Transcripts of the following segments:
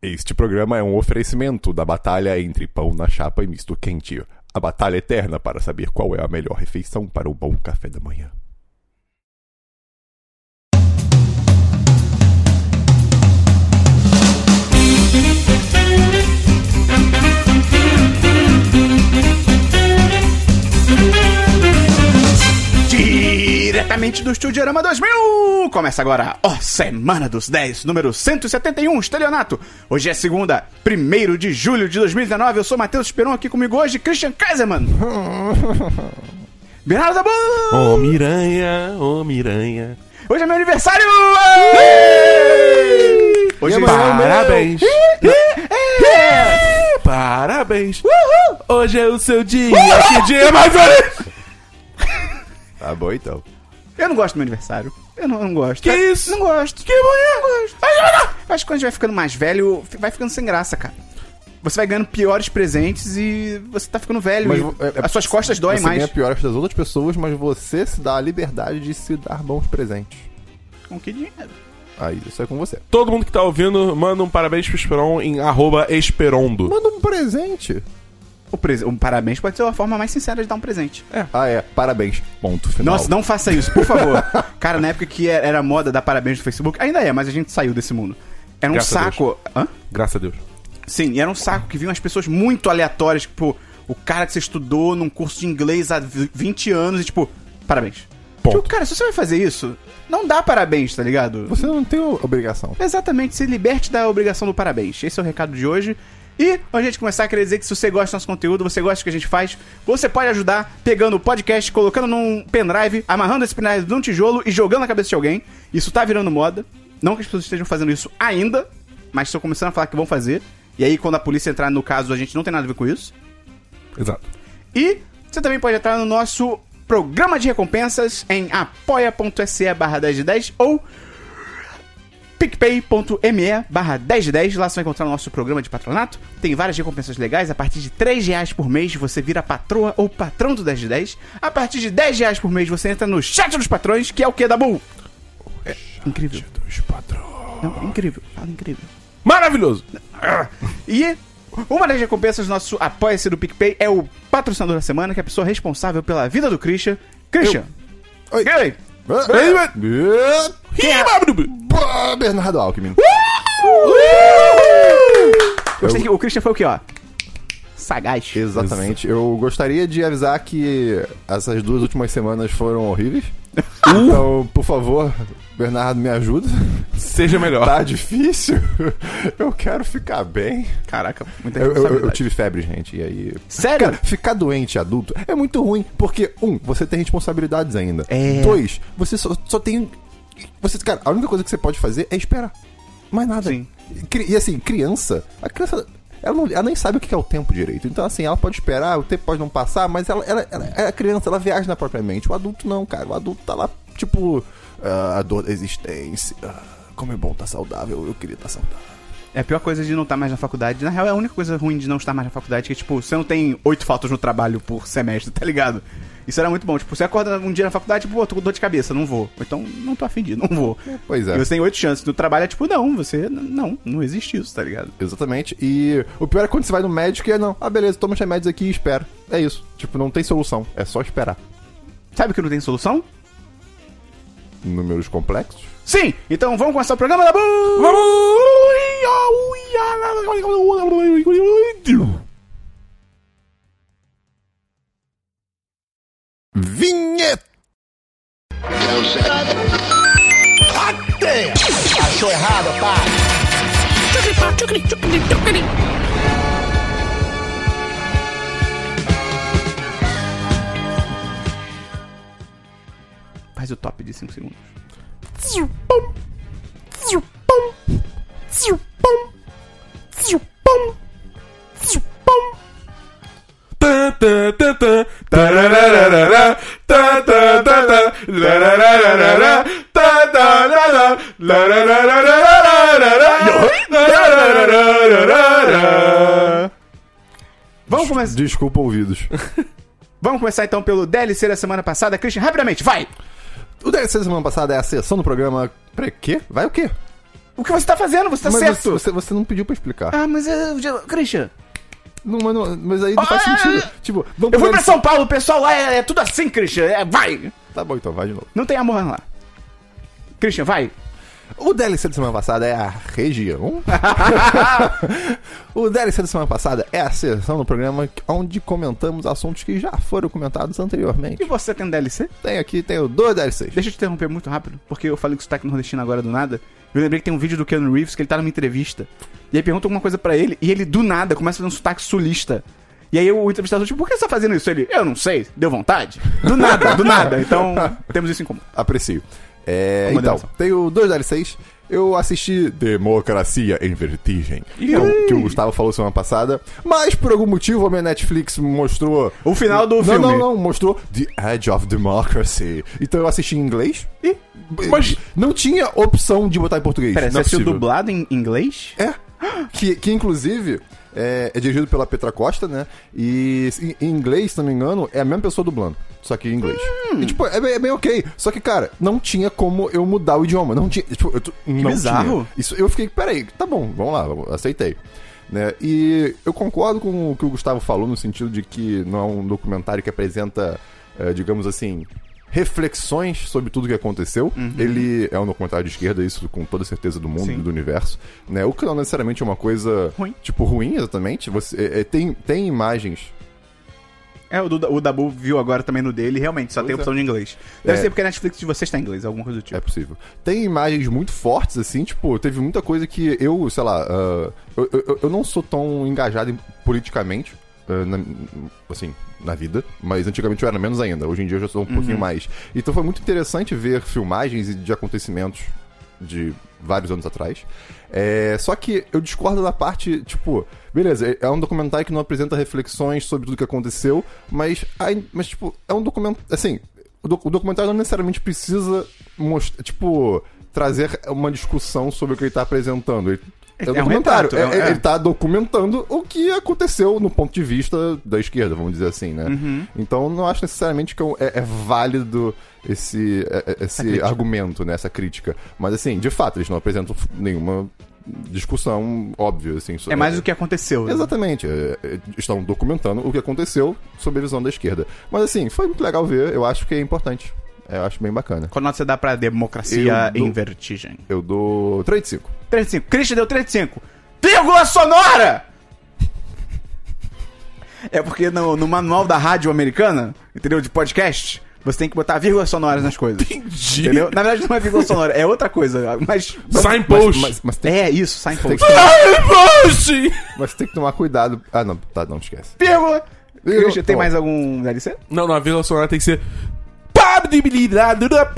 Este programa é um oferecimento da batalha entre pão na chapa e misto quente. A batalha eterna para saber qual é a melhor refeição para o bom café da manhã. Diretamente do Estúdio 2000! Começa agora, ó, Semana dos 10, número 171, estelionato. Hoje é segunda, 1 de julho de 2019. Eu sou Matheus Esperon, aqui comigo hoje, Christian Kaiserman. Bernardo Dabu! Ô Miranha, ô Miranha. Hoje é meu aniversário! Hoje é Parabéns. Parabéns. Hoje é o seu dia. Que dia mais bonito. Tá bom então. Eu não gosto do meu aniversário. Eu não, eu não gosto. Que Eu- isso? Não gosto. Que é? mulher? Não gosto. Eu acho que quando a gente vai ficando mais velho, fi- vai ficando sem graça, cara. Você vai ganhando piores presentes e você tá ficando velho. Mas e vo- é- é- as suas costas doem você mais. ganha pior das outras pessoas, mas você se dá a liberdade de se dar bons presentes. Com que dinheiro? Aí, isso é com você. Todo mundo que tá ouvindo, manda um parabéns pro Esperon em arroba Esperondo. Manda um presente. O, prese- um parabéns pode ser uma forma mais sincera de dar um presente. Ah, é. Parabéns. Ponto final. Nossa, não faça isso, por favor. Cara, na época que era, era moda dar parabéns no Facebook, ainda é, mas a gente saiu desse mundo. Era um Graças a Deus. saco. Hã? Graças a Deus. Sim, e era um saco que vinham as pessoas muito aleatórias, tipo, o cara que você estudou num curso de inglês há vi- 20 anos e, tipo, parabéns. Ponto. Tipo, cara, se você vai fazer isso, não dá parabéns, tá ligado? Você não tem obrigação. Exatamente, se liberte da obrigação do parabéns. Esse é o recado de hoje. E a gente começar a querer dizer que se você gosta do nosso conteúdo, você gosta do que a gente faz, você pode ajudar pegando o podcast, colocando num pendrive, amarrando esse pendrive num tijolo e jogando na cabeça de alguém. Isso tá virando moda. Não que as pessoas estejam fazendo isso ainda, mas estão começando a falar que vão fazer. E aí, quando a polícia entrar no caso, a gente não tem nada a ver com isso. Exato. E você também pode entrar no nosso programa de recompensas em apoia.se barra 10 de 10 ou picpay.me barra 10 de 10. Lá você vai encontrar o nosso programa de patronato. Tem várias recompensas legais. A partir de 3 reais por mês você vira patroa ou patrão do 10 de 10. A partir de 10 reais por mês você entra no chat dos patrões, que é o que, Dabu? É incrível. Dos patrões. Não, é incrível. Fala incrível. Maravilhoso. E uma das recompensas do nosso apoia-se do PicPay é o patrocinador da semana, que é a pessoa responsável pela vida do Christian. Christian! Eu- Oi. Ei! Quem é? Pô, Bernardo Alckmin. Uh! Gostei que o Christian foi o quê, ó? Sagaz. Exatamente. Eu gostaria de avisar que essas duas últimas semanas foram horríveis. Então, por favor, Bernardo, me ajuda. Seja melhor. Tá difícil. Eu quero ficar bem. Caraca, muita Eu, eu- eu responsabilidade. tive febre, gente, e aí. Sério? Cara, ficar doente adulto é muito ruim, porque, um, você tem responsabilidades ainda. É. Dois, você só, só tem. Você, cara, a única coisa que você pode fazer é esperar. Mais nada. Sim. E cri- E assim, criança, a criança. Ela, não- ela nem sabe o que é o tempo direito. Então, assim, ela pode esperar, o tempo pode não passar, mas ela, ela- ela- a criança, ela viaja na própria mente. O adulto não, cara. O adulto tá lá, tipo, ah, a dor da existência. Ah, como é bom tá saudável, eu queria estar saudável. É a pior coisa de não estar mais na faculdade. Na real, é a única coisa ruim de não estar mais na faculdade, que, tipo, você não tem oito faltas no trabalho por semestre, tá ligado? Isso era muito bom. Tipo, você acorda um dia na faculdade, tipo, pô, tô com dor de cabeça, não vou. Ou Então, não tô afim de ir, não vou. Pois é. E você tem oito chances. No trabalho é tipo, não, você. Não, não existe isso, tá ligado? Exatamente. E o pior é quando você vai no médico e é não, ah, beleza, toma os remédios aqui e espera. É isso. Tipo, não tem solução. É só esperar. Sabe o que não tem solução? Números complexos. Sim! Então vamos começar o programa da Bu! Vamos! チョキパーチョキリチョキリチョキリ Faz o top de 5 segundos. Tan, tan, tan, tan. Tarararara. Tan, tan, tan, tan. Larararara. Tan, tan, tan, tan. Lararararararara. Lararararararara. Vamos, come Desculpa, ouvidos. vamos começar então pelo DLC da semana passada. Christian, rapidamente, vai! o DLC da semana passada é a sessão do programa. Pra quê? Vai o quê? O que você tá fazendo? Você tá mas certo. Você, você não pediu pra explicar. Ah, mas é. Christian, Não, mas, não- mas aí não faz Ah, sentido. ah, Tipo, vamos eu fui pra fazer- São Paulo, o pessoal lá é, é tudo assim, Christian. É, vai! Tá bom, então, vai de novo. Não tem amor lá. Christian, vai. O DLC da semana passada é a região. o DLC da semana passada é a sessão do programa onde comentamos assuntos que já foram comentados anteriormente. E você tem DLC? Tem aqui, tem o dois DLCs. Deixa eu te interromper muito rápido, porque eu falei que o sotaque nordestino agora é do nada. Eu lembrei que tem um vídeo do Keanu Reeves que ele tá numa entrevista. E aí pergunta alguma coisa pra ele, e ele do nada começa a fazer um sotaque sulista. E aí o entrevistador, tipo, por que você tá fazendo isso? Ele, eu não sei, deu vontade. Do nada, do nada. Então, temos isso em comum. Aprecio. É, Com então, moderação. tem o dois DLCs. Eu assisti Democracia em Vertigem, que é o- que o Gustavo falou semana passada, mas por algum motivo a minha Netflix mostrou O final do não, filme. Não, não, mostrou The Edge of Democracy. Então eu assisti em inglês e. Mas- não tinha opção de botar em português. Pera, não você é assistiu possível. dublado em inglês? É. Que, que inclusive é, é dirigido pela Petra Costa, né? E em- em inglês, se não me engano, é a mesma pessoa dublando. Só que em inglês. Hum. E, tipo, é, bem- é bem ok. Só que, cara, não tinha como eu mudar o idioma. Não tinha. Tipo, eu, tu- não bizarro. tinha. Isso, eu fiquei, peraí, tá bom, vamos lá, vamos- aceitei. Né? E eu concordo com o que o Gustavo falou, no sentido de que não é um documentário que apresenta, eh, digamos assim, reflexões sobre tudo o que aconteceu. Ele é um documentário de esquerda, isso com toda certeza do mundo Uhum. Sim. e do universo. Né? O que não necessariamente é uma coisa, Ruim. tipo, ruim, exatamente. Você, eh, eh, tem, tem imagens É, o, do, o Dabu viu agora também no dele, realmente, só tem é. opção de inglês. Deve É. ser porque a Netflix de vocês tá em inglês, alguma coisa do É tipo. possível. Tem imagens muito fortes, assim, tipo, teve muita coisa que eu, sei lá, ah, eu, eu, eu não sou tão engajado em- politicamente, ah, na- assim, na vida, mas antigamente eu era menos ainda, hoje em dia eu já sou um pouquinho mais. Então foi muito interessante ver filmagens e de acontecimentos de vários anos atrás. É, só que eu discordo da parte, tipo, beleza, é um documentário que não apresenta reflexões sobre tudo que aconteceu, mas, ai- mas tipo, é um documentário, assim, o, doc- o documentário não necessariamente precisa mostrar, tipo, trazer uma discussão sobre o que ele tá apresentando. Ele, é, um É um documentário. retrato, é um- É- é- é. Ele tá documentando o que aconteceu no ponto de vista da esquerda, vamos dizer assim, né? Uhum. Então não acho necessariamente que é, um- é- é válido esse, é- é- esse crítica. argumento, né? Essa crítica. Mas assim, de fato, eles não apresentam f- nenhuma discussão óbvia, assim. É, mais do o que aconteceu. né? Exatamente. é, é, Estão documentando o que aconteceu sob a visão da esquerda. Mas assim, foi muito legal ver, eu acho que é importante. Eu acho bem bacana. Qual nota você dá pra democracia Eu dou- em vertigem? Eu dou 3 de 5. 35. Christian deu 35. Vírgula sonora! É porque no, no manual da rádio americana, entendeu? De podcast, você tem que botar vírgulas sonoras nas coisas. Entendi. Entendeu? Na verdade, não é vírgula sonora, é outra coisa. Mas. Signpost. Mas, mas tem, É isso, sai em tem post. que, Signpost! mas tem que tomar cuidado. Ah, não, tá, não esquece. Vírgula! Vírgula, Uh, Christian, tem bom. mais algum DLC? Não, não, a vírgula sonora tem que ser. né? Não,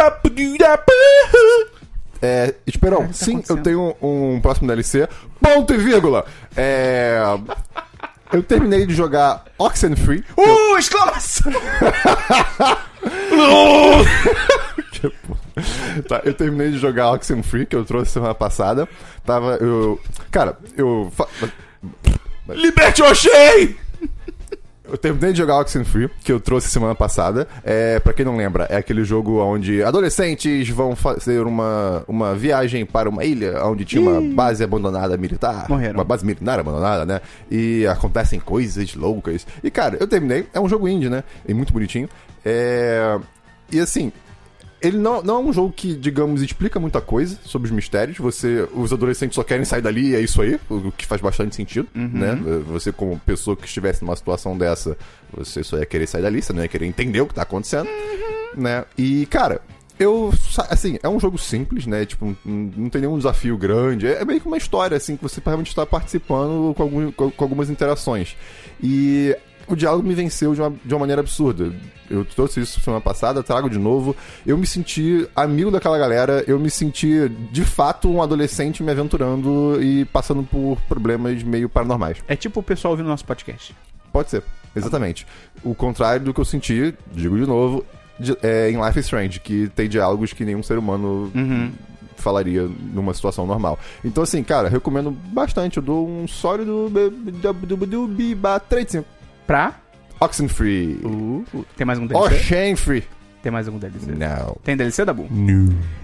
É, Esperão, que tá sim, eu acontecendo? tenho um, próximo DLC. Ponto e vírgula. É. Eu terminei de jogar Oxenfree. Uh, exclamação! Tá, eu terminei de jogar Oxenfree, que eu trouxe semana passada. Tava. Eu. Cara, eu. fa- Liberte o Oxei! Eu terminei de jogar Oxenfree, que eu trouxe semana passada. É, para quem não lembra, é aquele jogo onde adolescentes vão fazer uma, uma viagem para uma ilha onde tinha uma base abandonada militar. Morreram. Uma base militar abandonada, né? E acontecem coisas loucas. E, cara, eu terminei. É um jogo indie, né? E muito bonitinho. É... E, assim... Ele não, não é um jogo que, digamos, explica muita coisa sobre os mistérios. Você, os adolescentes só querem sair dali e é isso aí, o que faz bastante sentido, né? Você, como pessoa que estivesse numa situação dessa, você só ia querer sair dali, você não ia querer entender o que tá acontecendo, né? E, cara, eu. sa- Assim, é um jogo simples, né? Tipo, não não tem nenhum desafio grande. É é meio que uma história, assim, que você realmente está participando com, algum- com- com algumas interações. E o diálogo me venceu de uma, de uma maneira absurda. Eu trouxe isso semana passada, trago de novo. Eu me senti amigo daquela galera, eu me senti, de fato, um adolescente me aventurando e passando por problemas meio paranormais. É tipo o pessoal ouvindo nosso podcast. Pode Tá ser, exatamente. O contrário do que eu senti, digo de novo, de- é, em Life is Strange, que tem diálogos que nenhum ser humano Uhum. falaria numa situação normal. Então, assim, cara, recomendo bastante. Eu dou um sólido do do biba 35. Pra. Oxenfree. Uh, tem mais algum DLC? Oxenfree. Tem mais algum DLC? Não. Tem DLC, Dabu?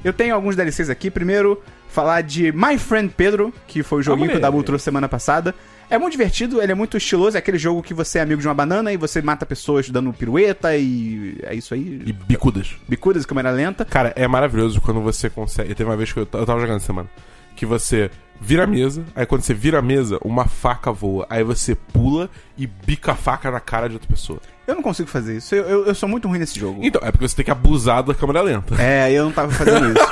Eu tenho alguns DLCs aqui. Primeiro, falar de My Friend Pedro, que foi o joguinho que o maneiro. Dabu trouxe semana passada. É muito divertido, ele é muito estiloso. É aquele jogo que você é amigo de uma banana e você mata pessoas dando pirueta e. É isso aí. E bicudas. Bicudas, câmera lenta. Cara, é maravilhoso quando você consegue. Teve uma vez que eu, t- eu tava jogando essa semana. Que você vira a mesa, aí quando você vira a mesa, uma faca voa. Aí você pula e bica a faca na cara de outra pessoa. Eu não consigo fazer isso. Eu, eu- eu sou muito ruim nesse jogo. Então, é porque você tem que abusar da câmera lenta. É, eu não tava fazendo isso.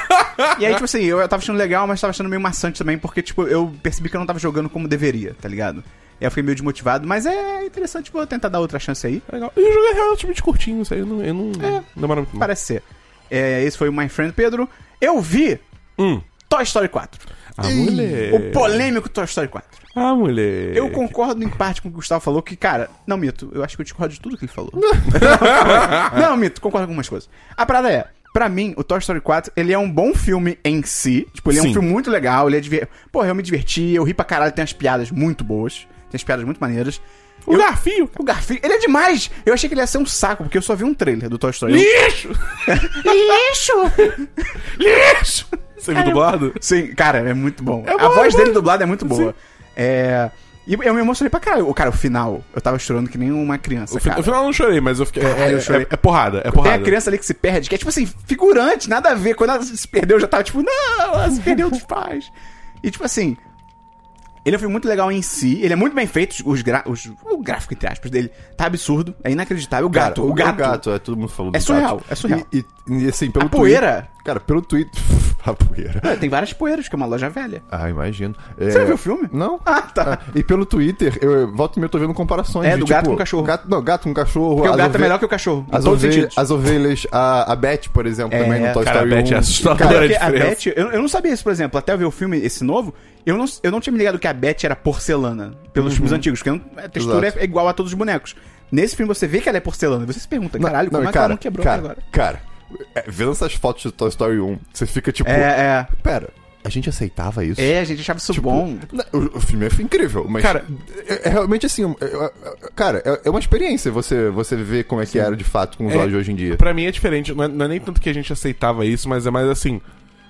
E aí, tipo assim, eu, eu tava achando legal, mas tava achando meio maçante também, porque, tipo, eu percebi que eu não tava jogando como deveria, tá ligado? E aí eu fiquei meio desmotivado, mas é interessante, vou tentar dar outra chance aí. É legal. E o jogo é relativamente curtinho, isso aí eu não. Eu não É. demora muito. não. Parece ser. É, esse foi o My Friend Pedro. Eu vi Hum. Toy Story 4. A Ah, mulher. É. O polêmico Toy Story 4. A mulher. Eu concordo em parte com o que o Gustavo falou, que, cara, não mito, eu acho que eu discordo de tudo que ele falou. não, mito, concordo com algumas coisas. A parada é, pra mim, o Toy Story 4, ele é um bom filme em si. Tipo, ele é um Sim. filme muito legal, ele é diver... Porra, eu me diverti, eu ri pra caralho, tem umas piadas muito boas, tem umas piadas muito maneiras. O Eu- garfinho. O Garfield, ele é demais! Eu achei que ele ia ser um saco, porque eu só vi um trailer do Toy Story. Lixo! Lixo! Você viu dublado? Sim, cara, é muito bom. a bom, voz é bom. dele dublada é muito boa. É. E eu me emocionei pra caralho. O Cara, o final, eu tava chorando que nem uma criança, O fi- cara. No final eu não chorei, mas eu fiquei. é- Caralho, eu é- chorei. é- é porrada, é porrada. Tem a criança ali que se perde, que é tipo assim, figurante, nada a ver. Quando ela se perdeu, eu já tava tipo, não, ela se perdeu dos pais. E tipo assim, ele é um filme muito legal em si, ele é muito bem feito, os gra- os- o gráfico, entre aspas, dele tá absurdo, é inacreditável. O gato, o gato. é, todo mundo falou do É surreal, gato. é surreal. E, e- e, assim, pelo A poeira. Twitter- cara, pelo Twitter. a poeira. Tem várias poeiras, que é uma loja velha. Ah, imagino. Você É. já viu o filme? Não. Ah, tá. E pelo Twitter, eu volta e meia eu tô vendo comparações. É, de, tipo, do gato com cachorro. Gato, não, gato com cachorro. Porque o as gato é ove- melhor que o cachorro, em As, todos os ovelha- sentidas. as ovelhas, a, a Beth, por exemplo, É, também no Toy cara, a Story Beth 1. é assustadora. Cara, Olha Cara, a porque a diferença. Beth, eu, eu não sabia isso, por exemplo, até eu ver o filme, esse novo, eu não, eu não tinha me ligado que a Beth era porcelana, pelos filmes antigos, porque não- a textura Uhum. Exato. é igual a todos os bonecos. Nesse filme você vê que ela é porcelana, e você se pergunta, Não, caralho, não, como é que cara, ela não quebrou cara, até agora? Cara, é, vendo essas fotos do Toy Story 1, você fica tipo, É, pera, a gente aceitava isso? é, é, a gente achava isso Tipo, bom. Não, O, o filme é incrível, mas. Cara, é, é realmente assim. um- é- é- é- cara, é, é uma experiência você, você ver como é que era de fato com os É, olhos de hoje em dia. Pra mim é diferente. Não é, não é nem tanto que a gente aceitava isso, mas é mais assim.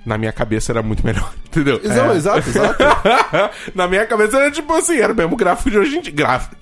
Na minha cabeça era muito melhor, entendeu? É. É. Não, Exato, exato. na minha cabeça era tipo assim, era o mesmo gráfico de hoje em dia. Gráfico.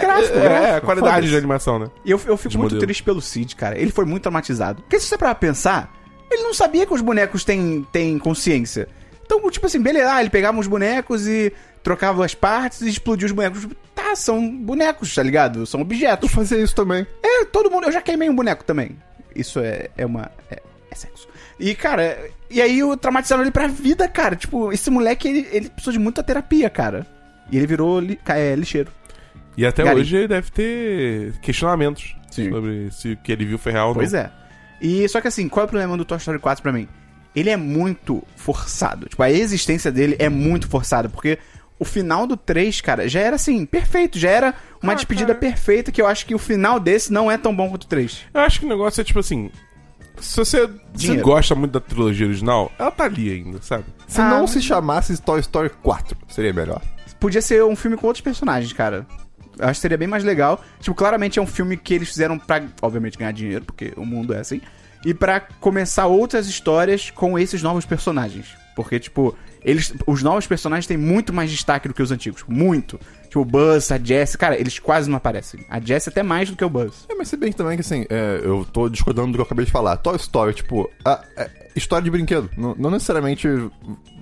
Gráfico, É, é, a gráfico. qualidade foda-se. de animação, né? E eu, eu fico De muito modelo. triste pelo Cid, cara, ele foi muito traumatizado. Porque se você parar pra pensar, ele não sabia que os bonecos têm, têm consciência. Então, tipo assim, beleza, ah, ele pegava os bonecos e trocava as partes e explodia os bonecos. Tá, são bonecos, tá ligado? São objetos. Eu fazia isso também. É, todo mundo. Eu já queimei um boneco também. Isso é, é uma. É, é sexo. E, cara, é- e aí eu traumatizaram ele pra vida, cara. Tipo, esse moleque, ele, ele precisou de muita terapia, cara. E ele virou li- ca- é, lixeiro. E até Garim. hoje ele deve ter questionamentos Sim. sobre se o que ele viu foi real ou Pois não. é. E só que assim, qual é o problema do Toy Story 4 pra mim? Ele é muito forçado. Tipo, a existência dele é muito forçada, porque o final do 3, cara, já era assim, perfeito. Já era uma despedida perfeita que eu acho que o final desse não é tão bom quanto o 3. Eu acho que o negócio é tipo assim. Se você, se Dinheiro. gosta muito da trilogia original, ela tá ali ainda, sabe? Se Ah. não se chamasse Toy Story 4, seria melhor. Podia ser um filme com outros personagens, cara. Eu acho que seria bem mais legal. Tipo, claramente é um filme que eles fizeram pra, obviamente, ganhar dinheiro, porque o mundo é assim. E pra começar outras histórias com esses novos personagens. Porque, tipo, eles, os novos personagens têm muito mais destaque do que os antigos. Muito. Tipo, o Buzz, a Jessie. Cara, eles quase não aparecem. A Jessie até mais do que o Buzz. É, mas se bem que também que assim, é, eu tô discordando do que eu acabei de falar. Toy Story, tipo, a- é, história de brinquedo. Não, não necessariamente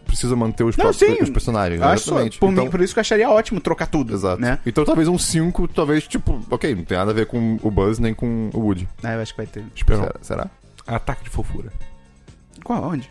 precisa manter os, Não, próprios- sim. os personagens. né? Eu acho, Exatamente. por, então, mim, por isso que eu acharia ótimo trocar tudo. Exato. Né? Então talvez um 5, talvez, tipo, ok, não tem nada a ver com o Buzz nem com o Woody. Ah, eu acho que vai ter. Esperão. Será? será? Ataque de fofura. Qual? Onde?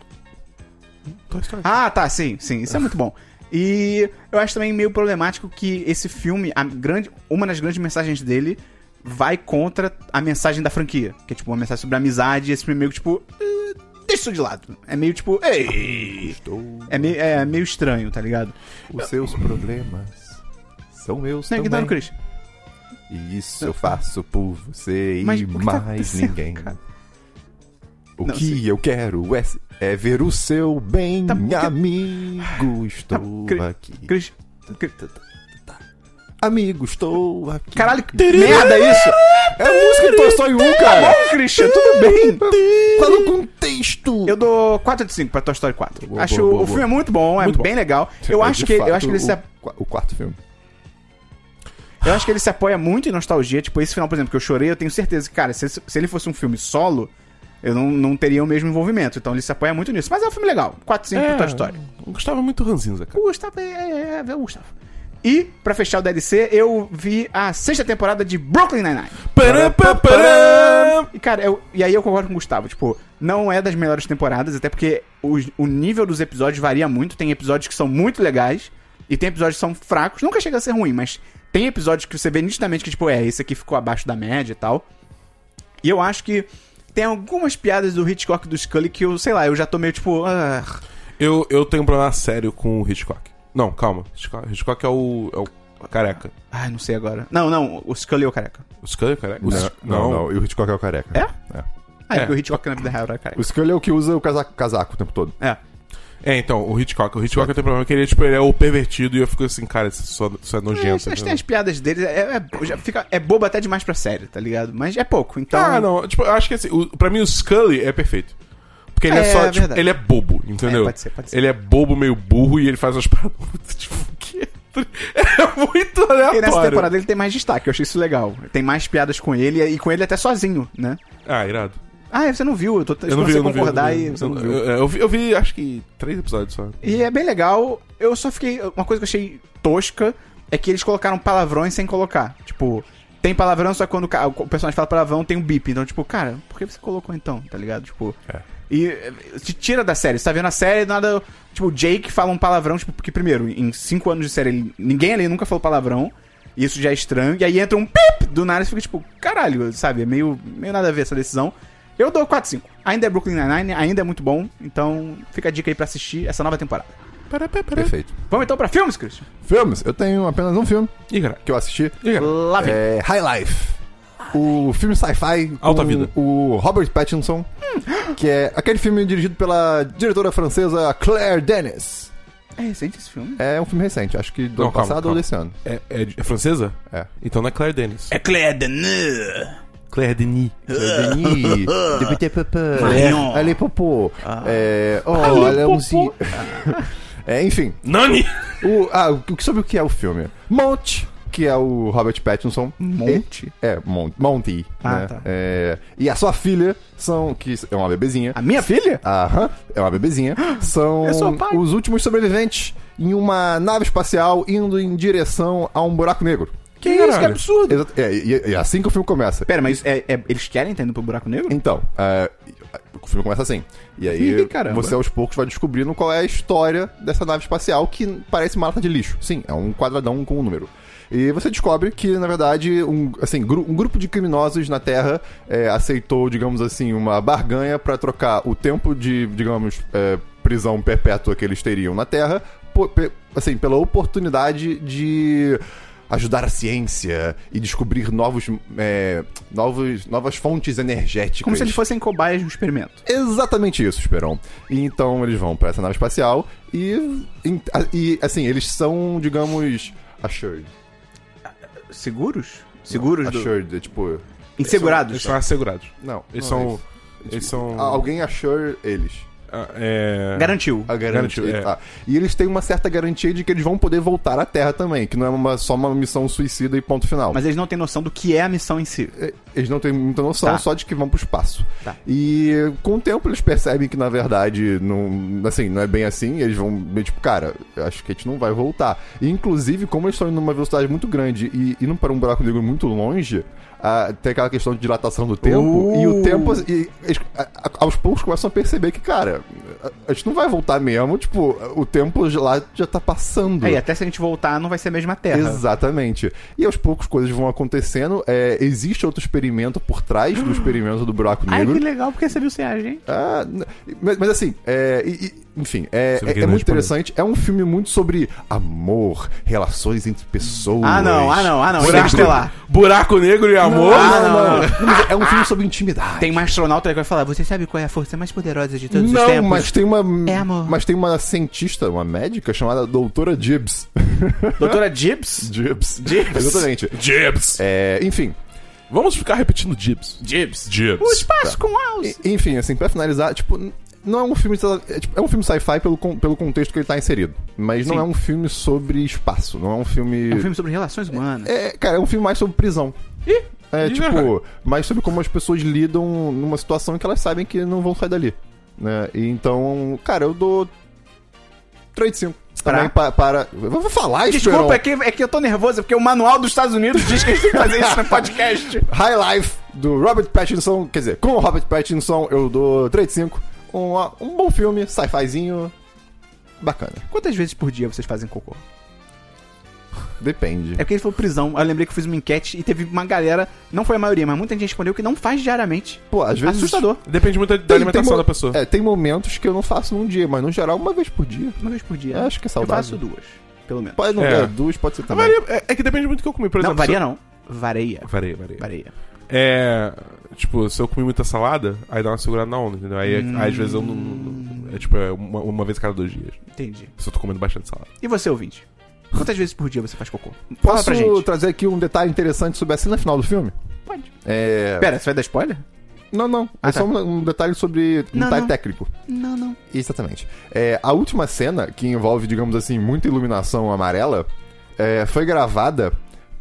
Toy Story. Ah, tá, sim, sim, isso é muito bom. E eu acho também meio problemático que esse filme, a grande, uma das grandes mensagens dele vai contra a mensagem da franquia, que é tipo uma mensagem sobre amizade, e esse filme meio que tipo, "Eh, deixa isso de lado. É meio tipo, ei, Estou. é meio, é meio estranho, tá ligado? Os seus problemas são meus Não é que tá no também. Chris. E isso eu faço por você Mas e o que tá mais acontecendo, ninguém. cara? O Não, que eu quero é, é ver o seu bem, Tá bom, que- amigo. Estou Chris, aqui. Chris, Chris, Amigo, estou aqui. Caralho, que merda é isso! Tá é a música do Toy 1, cara. Bom, Christian, tudo bem. Qual o contexto? Eu dou 4 de 5 pra Toy Story 4. Boa, acho boa, boa, o filme boa. é muito bom, é Muito bem bom. legal. Eu É, acho de que fato, eu acho que ele se o, ap- o quarto filme. eu acho que ele se apoia muito em nostalgia, tipo esse final, por exemplo, que eu chorei, eu tenho certeza que, cara, se, se ele fosse um filme solo, eu não, não teria o mesmo envolvimento. Então ele se apoia muito nisso. Mas é um filme legal. 4 de 5 pra Toy Story. É, Eu gostava muito do Ranzinza, cara. O Gustavo é, é, é, é o Gustavo. E, pra fechar o DLC, eu vi a sexta temporada de Brooklyn Nine-Nine. Param, pam, param. E, cara, eu- e aí eu concordo com o Gustavo. Tipo, não é das melhores temporadas, até porque os- o nível dos episódios varia muito. Tem episódios que são muito legais e tem episódios que são fracos. Nunca chega a ser ruim, mas tem episódios que você vê nitidamente que, tipo, é, esse aqui ficou abaixo da média e tal. E eu acho que tem algumas piadas do Hitchcock e do Scully que eu, sei lá, eu já tô meio tipo. ah, Eu, eu tenho um problema sério com o Hitchcock. Não, calma. Hitchcock, Hitchcock é, o, é o careca. Ai, não sei agora. Não, não, o Scully é o careca. O Scully é o careca? O Não, Sc- não, não. E o Hitchcock é o careca. É? É. Ah, é, É. porque o Hitchcock na vida real era careca. O Scully é o que usa o casaco, casaco o tempo todo. É. É, então, o Hitchcock. O Tá. Hitchcock eu tenho problema que ele, é, tipo, ele é o pervertido e eu fico assim, cara, isso só, isso é É, nojento. mas tem entendeu? as piadas deles, é, é- já fica, é bobo até demais pra série, tá ligado? Mas é pouco, então. Ah, não. Tipo, eu acho que assim, o, pra mim o Scully é perfeito. Porque ele é, É, só, é tipo, verdade. ele é bobo, entendeu? É, pode ser, pode ser. Ele é bobo, meio burro, e ele faz umas paradas muito, tipo, que... É muito aleatório. E nessa temporada ele tem mais destaque, eu achei isso legal. Tem mais piadas com ele e com ele até sozinho, né? Ah, irado. Ah, você não viu, eu tô Eu não esperando vi, você eu não vi. eu concordar não vi. e você não Eu- viu. eu- eu vi- eu vi, acho que, três episódios só. E é bem legal, eu só fiquei. Uma coisa que eu achei tosca é que eles colocaram palavrões sem colocar. Tipo, tem palavrão, só que quando o ca- o personagem fala palavrão tem um bip. Então, tipo, cara, por que você colocou então, tá ligado? Tipo. É. E eh, te tira da série. Você tá vendo a série do nada. Tipo, o Jake fala um palavrão, tipo, porque primeiro, em cinco anos de série, ele- ninguém ali nunca falou palavrão. E isso já é estranho. E aí entra um pip do nada e você fica tipo, caralho, sabe? É meio, meio nada a ver essa decisão. Eu dou 4-5. Ainda é Brooklyn Nine-Nine, ainda é muito bom. Então fica a dica aí pra assistir essa nova temporada. Perfeito. Vamos então pra filmes, Christian? Filmes. Eu tenho apenas um filme Ih, cara. que eu assisti. Ih, cara. Lá vem. É High Life. O filme sci-fi. Alta com vida. O Robert Pattinson. Que é aquele filme dirigido pela diretora francesa Claire Denis. É recente esse filme? É um filme recente, acho que do Não, ano calma, passado ou calma. desse ano. É, é, de- é francesa? É. Então não é Claire Denis. É Claire Denis. Claire Denis. Denis, de Petit Papa. Marion. Ah. Allez, Popô. É. Oh, Allez, allons-y. É, enfim. Nani! O, ah, o que- sobre o que é o filme? Monte, que é o Robert Pattinson. Monte? E- é, Mon Monty. Ah, né? tá. É, e a sua filha são. que é uma bebezinha. A minha filha? Aham, é uma bebezinha. São Eu sou o pai. os últimos sobreviventes em uma nave espacial indo em direção a um buraco negro. Que isso, que Caralho. absurdo. Exato- é, e e é assim que o filme começa. Pera, mas é- é- eles querem estar indo pro buraco negro? Então, é, o filme começa assim. E aí, Ih, caramba. você aos poucos vai descobrindo qual é a história dessa nave espacial que parece uma lata de lixo. Sim, é um quadradão com um número. E você descobre que, na verdade, um, assim, gru- um grupo de criminosos na Terra é, aceitou, digamos assim, uma barganha pra trocar o tempo de, digamos, é, prisão perpétua que eles teriam na Terra, por- pe- assim, pela oportunidade de ajudar a ciência e descobrir novos, é, novos, novas fontes energéticas. Como se eles fossem cobaias de um experimento. Exatamente isso, Esperon. E então eles vão pra essa nave espacial e, em- a- e, assim, eles são, digamos, assured. Seguros? Seguros do... Assured, é tipo, Eles Insegurados. são assegurados. não, Eles não, Ah, são... Eles são... a- alguém assure eles. ah, é... Garantiu. A garantia. Garantiu, é. tá. E eles têm uma certa garantia de que eles vão poder voltar à Terra também, que não é uma- só uma missão suicida e ponto final. Mas eles não têm noção do que é a missão em si. É, eles não têm muita noção, Tá. só de que vão pro espaço. Tá. E com o tempo eles percebem que, na verdade, não, assim, não é bem assim. e eles vão bem tipo, cara, eu acho que a gente não vai voltar. E, inclusive, como eles estão indo numa velocidade muito grande e indo para um buraco negro muito longe, ah, tem aquela questão de dilatação do tempo. Uh! E o tempo... E, eles, a- a- aos poucos começam a perceber que, cara, a, a gente não vai voltar mesmo. Tipo, o tempo de lá já tá passando. Aí, até se a gente voltar, não vai ser a mesma terra. Exatamente. E aos poucos coisas vão acontecendo. É, existe outro experimento por trás do experimento do buraco Ai, que negro. legal, porque você viu sem a gente. Ah, n- mas, mas assim, é, e- e Enfim, é, Você é, é fica muito respondendo. interessante. É um filme muito sobre amor, relações entre pessoas. Ah, não, ah, não, ah, não. Sobre- Interestelar. Buraco negro e amor? Ah, Não, não, não. não. Mas É um filme sobre intimidade. Tem uma astronauta que vai falar: Você sabe qual é a força mais poderosa de todos os Não, tempos? mas tem uma. É amor. Mas tem uma cientista, uma médica chamada Doutora Gibbs. Doutora Gibbs? Gibbs. Gibbs. Exatamente. Jibs. É, enfim. Vamos ficar repetindo Jibs. Gibbs. O Jibs. espaço com House. E- Enfim, assim, pra finalizar, tipo, n- não é um filme. É, tipo, é um filme sci-fi pelo, con- pelo contexto que ele tá inserido. Mas não Sim. é um filme sobre espaço. Não é um filme. É um filme sobre relações humanas. É, cara, é um filme mais sobre prisão. Ih, É, ih, tipo, verdade. mais sobre como as pessoas lidam numa situação em que elas sabem que não vão sair dali. Né? E então, cara, eu dou 3 de 5. Também pa- para. Eu vou falar isso, Desculpa, é Desculpa, que, é que eu tô nervoso, porque o manual dos Estados Unidos diz que a gente tem que fazer isso no podcast. High Life do Robert Pattinson. Quer dizer, com o Robert Pattinson, eu dou 3 de 5. Um, um bom filme, sci-fizinho. Bacana. Quantas vezes por dia vocês fazem cocô? Depende. É porque ele falou prisão. Eu lembrei que eu fiz uma enquete e teve uma galera, não foi a maioria, mas muita gente respondeu que não faz diariamente. Pô, às vezes. Assustador. Depende muito da Tem- alimentação tem mo- da pessoa. É, tem momentos que eu não faço num dia, mas no geral, uma vez por dia. Uma vez por dia. Eu acho que é saudável. Eu faço duas, pelo menos. Pode não É. é, duas, pode ser também. Varia- é, é que depende muito do que eu comi, por não, exemplo. varia não. Vareia. se eu- Varia, varia. Vareia. É. Tipo, se eu comi muita salada, aí dá uma segurada na onda, entendeu? Aí, aí, às vezes eu não. É tipo, é uma, uma vez a cada dois dias. Entendi. Se eu tô comendo bastante salada. E você, ouvinte? Quantas vezes por dia você faz cocô? Fala Posso pra gente. trazer aqui um detalhe interessante sobre a cena final do filme? Pode. É. Pera, você vai dar spoiler? Não, não. Ah, é tá. só um, um detalhe sobre. Um Não, detalhe não. técnico. Não, não. Exatamente. É, a última cena, que envolve, digamos assim, muita iluminação amarela, é, foi gravada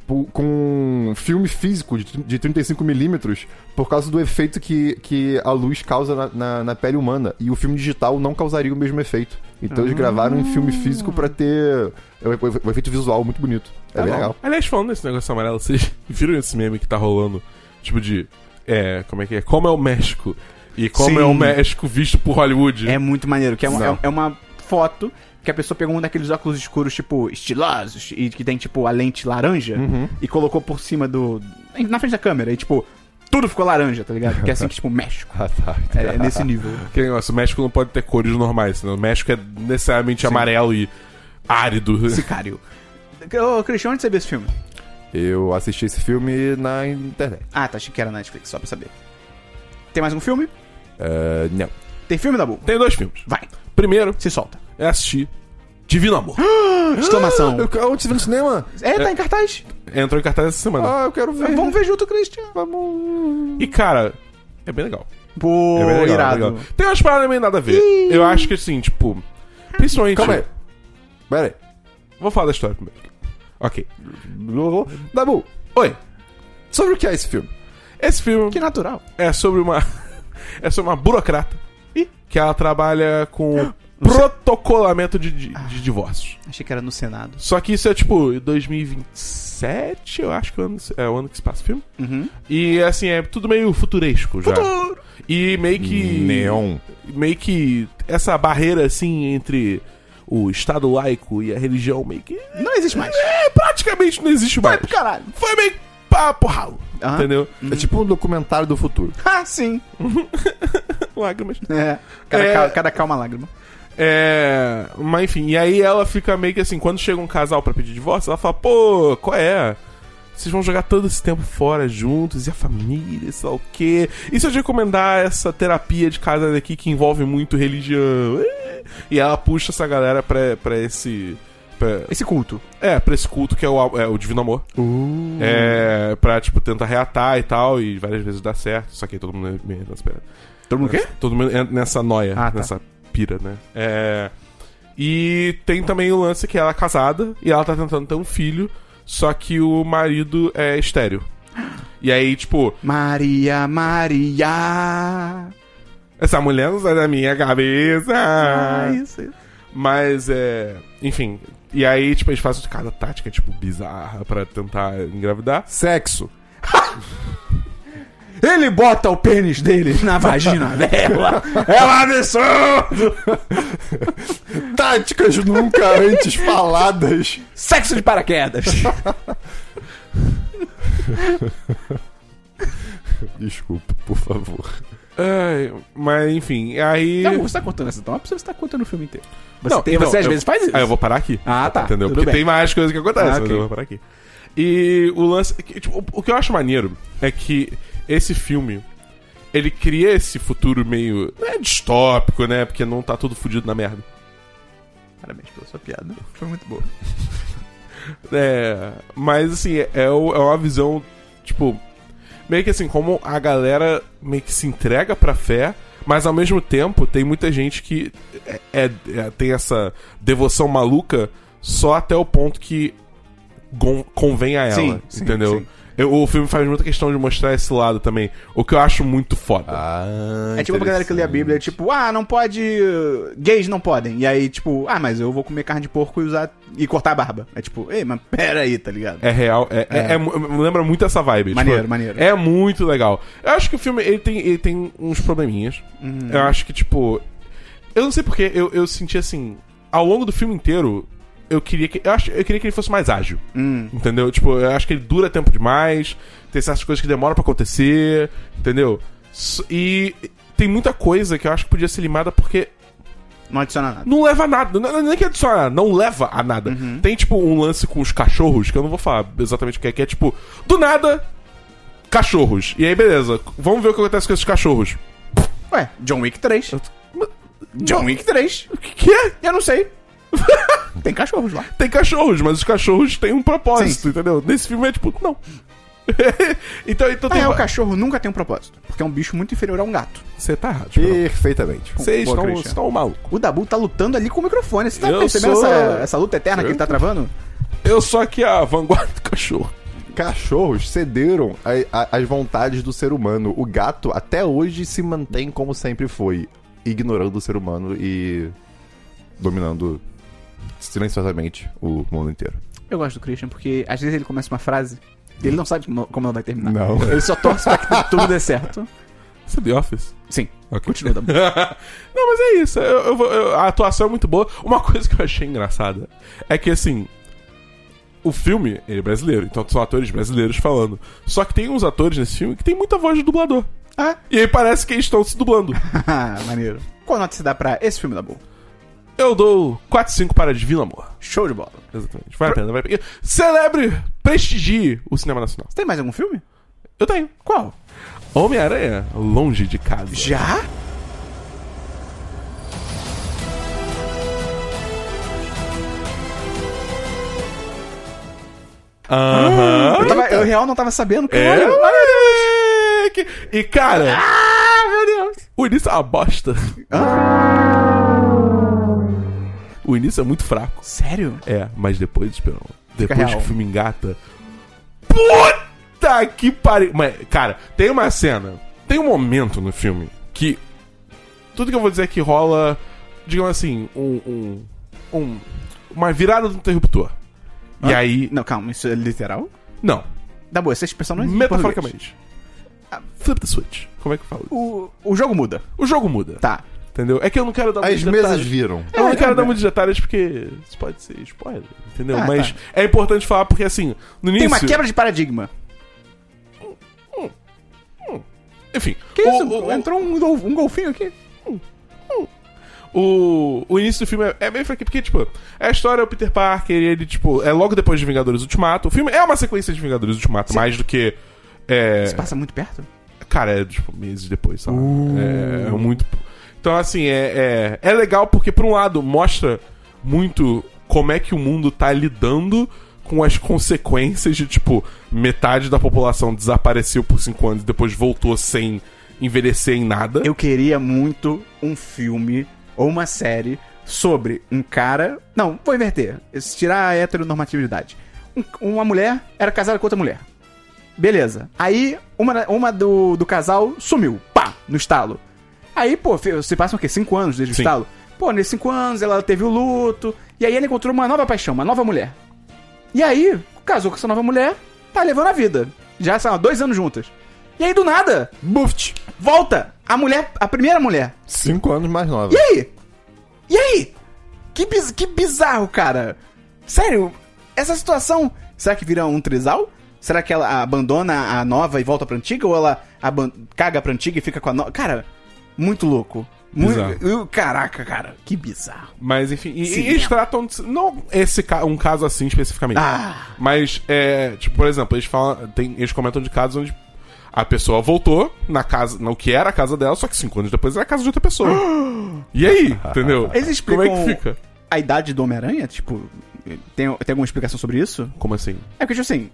po- com um filme físico de, tr- de 35mm por causa do efeito que, que a luz causa na, na- na pele humana. E o filme digital não causaria o mesmo efeito. Então eles gravaram em filme Ah. físico pra ter o, o- o efeito visual muito bonito. É bem Tá bom. legal. Aliás, falando desse negócio amarelo, vocês viram esse meme que tá rolando? Tipo de. É. Como é que é? Como é o México? E como Sim. é o México visto por Hollywood? É muito maneiro, que é, um- Não. é uma foto que a pessoa pegou um daqueles óculos escuros, tipo, estilosos, e que tem, tipo, a lente laranja, e colocou por cima do... na frente da câmera, e, tipo, tudo ficou laranja, tá ligado? Que é assim que, tipo, México. Ah, tá. É nesse nível. Aquele negócio, o México não pode ter cores normais, senão o México é necessariamente amarelo e árido. Sicário. Ô, Cristian, onde você viu esse filme? Eu assisti esse filme na internet. Ah, tá, achei que era na Netflix, só pra saber. Tem mais um filme? É, não. Tem filme, Dabu? Tem dois filmes. Vai, Primeiro se solta. é assistir Divino Amor. Exclamação. Ah, Eu, eu te vi no cinema? É, tá em cartaz. Entrou em cartaz essa semana. Ah, eu quero ver. Vamos ver junto, Cristian. Vamos. E, cara, é bem legal. Ah. Pô, É bem legal, é irado. legal. Tem umas paradas meio nada a ver. Eu acho que, assim, tipo... Principalmente... Calma aí. Pera aí. Vou falar da história primeiro. Ok. Dabu, Oi. sobre o que é esse filme? Esse filme Que natural. é sobre uma... é sobre uma burocrata. Ih. Que ela trabalha com protocolamento de, de, de divórcios. Achei que era no Senado. Só que isso é, tipo, 2027, eu acho que é o ano, é o ano que se passa o filme. Uhum. E, assim, é tudo meio futuresco Tá. já. E meio que... meio que essa barreira assim entre o Estado laico e a religião meio que. Não existe mais. É, praticamente não existe mais. caralho. Foi meio pá pro ralo. Aham. Entendeu? É tipo um documentário do futuro. Ah, sim. Lágrimas. É. Cada, É. cal- cada calma lágrima. É. Mas enfim, e aí ela fica meio que assim, quando chega um casal pra pedir divórcio, ela fala, pô, qual é? Vocês vão jogar todo esse tempo fora juntos, e a família, sei lá o quê. E se eu te recomendar essa terapia de casa daqui que envolve muito religião? E ela puxa essa galera pra, pra esse. Pra, Esse culto. É, pra esse culto que é o, é o Divino Amor. É, pra, tipo, tentar reatar e tal, e várias vezes dá certo. Só que aí todo mundo é me nessa pira. Todo mundo o quê? Todo mundo entra nessa noia, Ah, tá. nessa pira, né? É. E tem também o lance que ela é casada e ela tá tentando ter um filho, só que o marido é estéreo. E aí, tipo, Maria, Maria. essa mulher não sai da minha cabeça. Ah, isso. isso. Mas é. Enfim. E aí, tipo, eles fazem cada tática, tipo, bizarra pra tentar engravidar. Sexo. Ele bota o pênis dele na vagina dela. É um absurdo. Táticas nunca antes faladas. Sexo de paraquedas. Desculpa, por favor. Ai, mas enfim, aí. Não, você tá contando essa top, você tá contando o filme inteiro. Você, Não, tem, então, você às eu- vezes faz isso. Aí eu vou parar aqui. Ah, tá. Entendeu? Tudo Porque bem. tem mais coisas que acontecem, Ah, mas ok. eu vou parar aqui. E o lance. que, tipo, o- o que eu acho maneiro é que esse filme. Ele cria esse futuro meio. Não é distópico, né? Porque não tá tudo fudido na merda. Parabéns pela sua piada. Foi muito boa. É, mas assim, é, é o- é uma visão, tipo, meio que assim, como a galera meio que se entrega pra fé, mas ao mesmo tempo tem muita gente que é- é- é- tem essa devoção maluca só até o ponto que gon- convém a ela, Sim, sim, entendeu? sim. Eu- o filme faz muita questão de mostrar esse lado também, o que eu acho muito foda. Ah, É tipo pra galera que lê a Bíblia, tipo, ah, não pode. Gays não podem. E aí, tipo, ah, mas eu vou comer carne de porco e usar. e cortar a barba. É tipo, ei, mas pera aí, tá ligado? É real, é, é- É. é mu- lembra muito essa vibe. tipo, Maneiro, maneiro. É muito legal. Eu acho que o filme ele tem, ele tem uns probleminhas. Uhum. Eu acho que, tipo. Eu não sei porque eu, eu senti assim. Ao longo do filme inteiro, eu queria que. Eu, acho, eu queria que ele fosse mais ágil. Hum. Entendeu? Tipo, eu acho que ele dura tempo demais. Tem certas coisas que demoram pra acontecer. Entendeu? S- E tem muita coisa que eu acho que podia ser limada porque Não adiciona nada. não leva a nada. Não, não- nem que adiciona nada, não leva a nada. Uhum. Tem, tipo, um lance com os cachorros, que eu não vou falar exatamente o que é, que é tipo, do nada, cachorros. E aí, beleza, vamos ver o que acontece com esses cachorros. Ué, John Wick 3. John Wick 3. O que, que é? Eu não sei. Tem cachorros lá. Tem cachorros, mas os cachorros têm um propósito, Sim. entendeu? Nesse filme é tipo, não. então, então Na tem. real, o cachorro nunca tem um propósito. Porque é um bicho muito inferior a um gato. Você tá errado. Esperão. Perfeitamente. Vocês Boa, estão- Christian. estão maluco. O Dabu tá lutando ali com o microfone. Você tá Eu percebendo sou- essa, essa luta eterna que Eu- ele tá travando? Eu sou aqui a vanguarda do cachorro. Cachorros cederam a- a- às vontades do ser humano. O gato até hoje se mantém como sempre foi, ignorando o ser humano e dominando silenciosamente o mundo inteiro. Eu gosto do Christian porque às vezes ele começa uma frase e ele não sabe como, como ela vai terminar. Não. Ele só torce pra que tudo dê certo. Isso é The Office. Sim. Ok. Continua, Dabu. Não, mas é isso. Eu- eu vou- eu- a atuação é muito boa. Uma coisa que eu achei engraçada é que, assim. O filme, ele é brasileiro, então são atores brasileiros falando. Só que tem uns atores nesse filme que tem muita voz de dublador. Ah, E aí parece que eles estão se dublando. maneiro. Qual nota você dá pra esse filme, Dabu? Eu dou 4 5 para Divino Amor. Show de bola. Exatamente. Vale a pena, vale a pena. Celebre, prestigie o cinema nacional. Você tem mais algum filme? Eu tenho. Qual? Homem-Aranha, longe de casa. Já? Aham. Eu, tava, eu real não tava sabendo. É? Caralho. É, que- E cara. Ah, meu Deus! O início é uma bosta. Hã? O início é muito fraco. Sério? É, mas depois, Esperão. Depois real. que o filme engata. Puta que pariu! Mas, cara, tem uma cena. Tem um momento no filme que. Tudo que eu vou dizer que rola. Digamos assim, um. um, um- uma virada do interruptor. E Hã? aí. Não, calma, isso é literal? Não. Dabu, essa expressão não existe é em metaforicamente. Ah, Flip the switch. Como é que eu falo? português. O, o jogo muda. O jogo muda. Tá. Entendeu? É que eu não quero dar As muitos mesas detalhes. viram. Eu não É, quero é, dar né? muitos detalhes porque isso pode ser spoiler, entendeu? Ah, Mas tá. é importante falar porque, assim, no início... Tem uma quebra de paradigma. Enfim. Que o, isso? O, o, Entrou um, gol- um golfinho aqui. o- o início do filme é, é bem fraquinho, porque, tipo, é a história do Peter Parker e ele, tipo, é logo depois de Vingadores Ultimato. O filme é uma sequência de Vingadores Ultimato, mais do que... É, Isso passa muito perto? cara, é, tipo, meses depois, sabe? É, é muito... Então, assim, é, é, é legal porque, por um lado, mostra muito como é que o mundo tá lidando com as consequências de, tipo, metade da população desapareceu por cinco anos e depois voltou sem envelhecer em nada. Eu queria muito um filme ou uma série sobre um cara. Não, vou inverter. Tirar a heteronormatividade. Um- uma mulher era casada com outra mulher. Beleza. Aí, uma, uma do, do casal sumiu. Pá! No estalo. Aí, pô, fe- se passam o quê? Cinco anos desde Sim. o estalo? Pô, nesses cinco anos ela teve o luto. E aí ela encontrou uma nova paixão, uma nova mulher. E aí, casou com essa nova mulher, tá levando a vida. Já são dois anos juntas. E aí, do nada, Buft! Volta! A mulher, a primeira mulher. Cinco anos mais nova. E aí? E aí? Que, biz- que bizarro, cara. Sério, essa situação. Será que vira um trisal? Será que ela abandona a nova e volta pra antiga? Ou ela aban- caga pra antiga e fica com a nova? Cara, muito louco. Muito... Bizarro. eu- Caraca, cara, que bizarro. Mas enfim, e, Sim. e eles tratam. de- Não esse ca- um caso assim especificamente. Ah. Mas, é, tipo, por exemplo, eles falam. tem- eles comentam de casos onde a pessoa voltou na casa. No que era a casa dela, só que cinco anos depois era a casa de outra pessoa. e aí, entendeu? Eles explicam Como é que fica? a idade do Homem-Aranha? Tipo, tem, tem alguma explicação sobre isso? Como assim? É porque, tipo assim,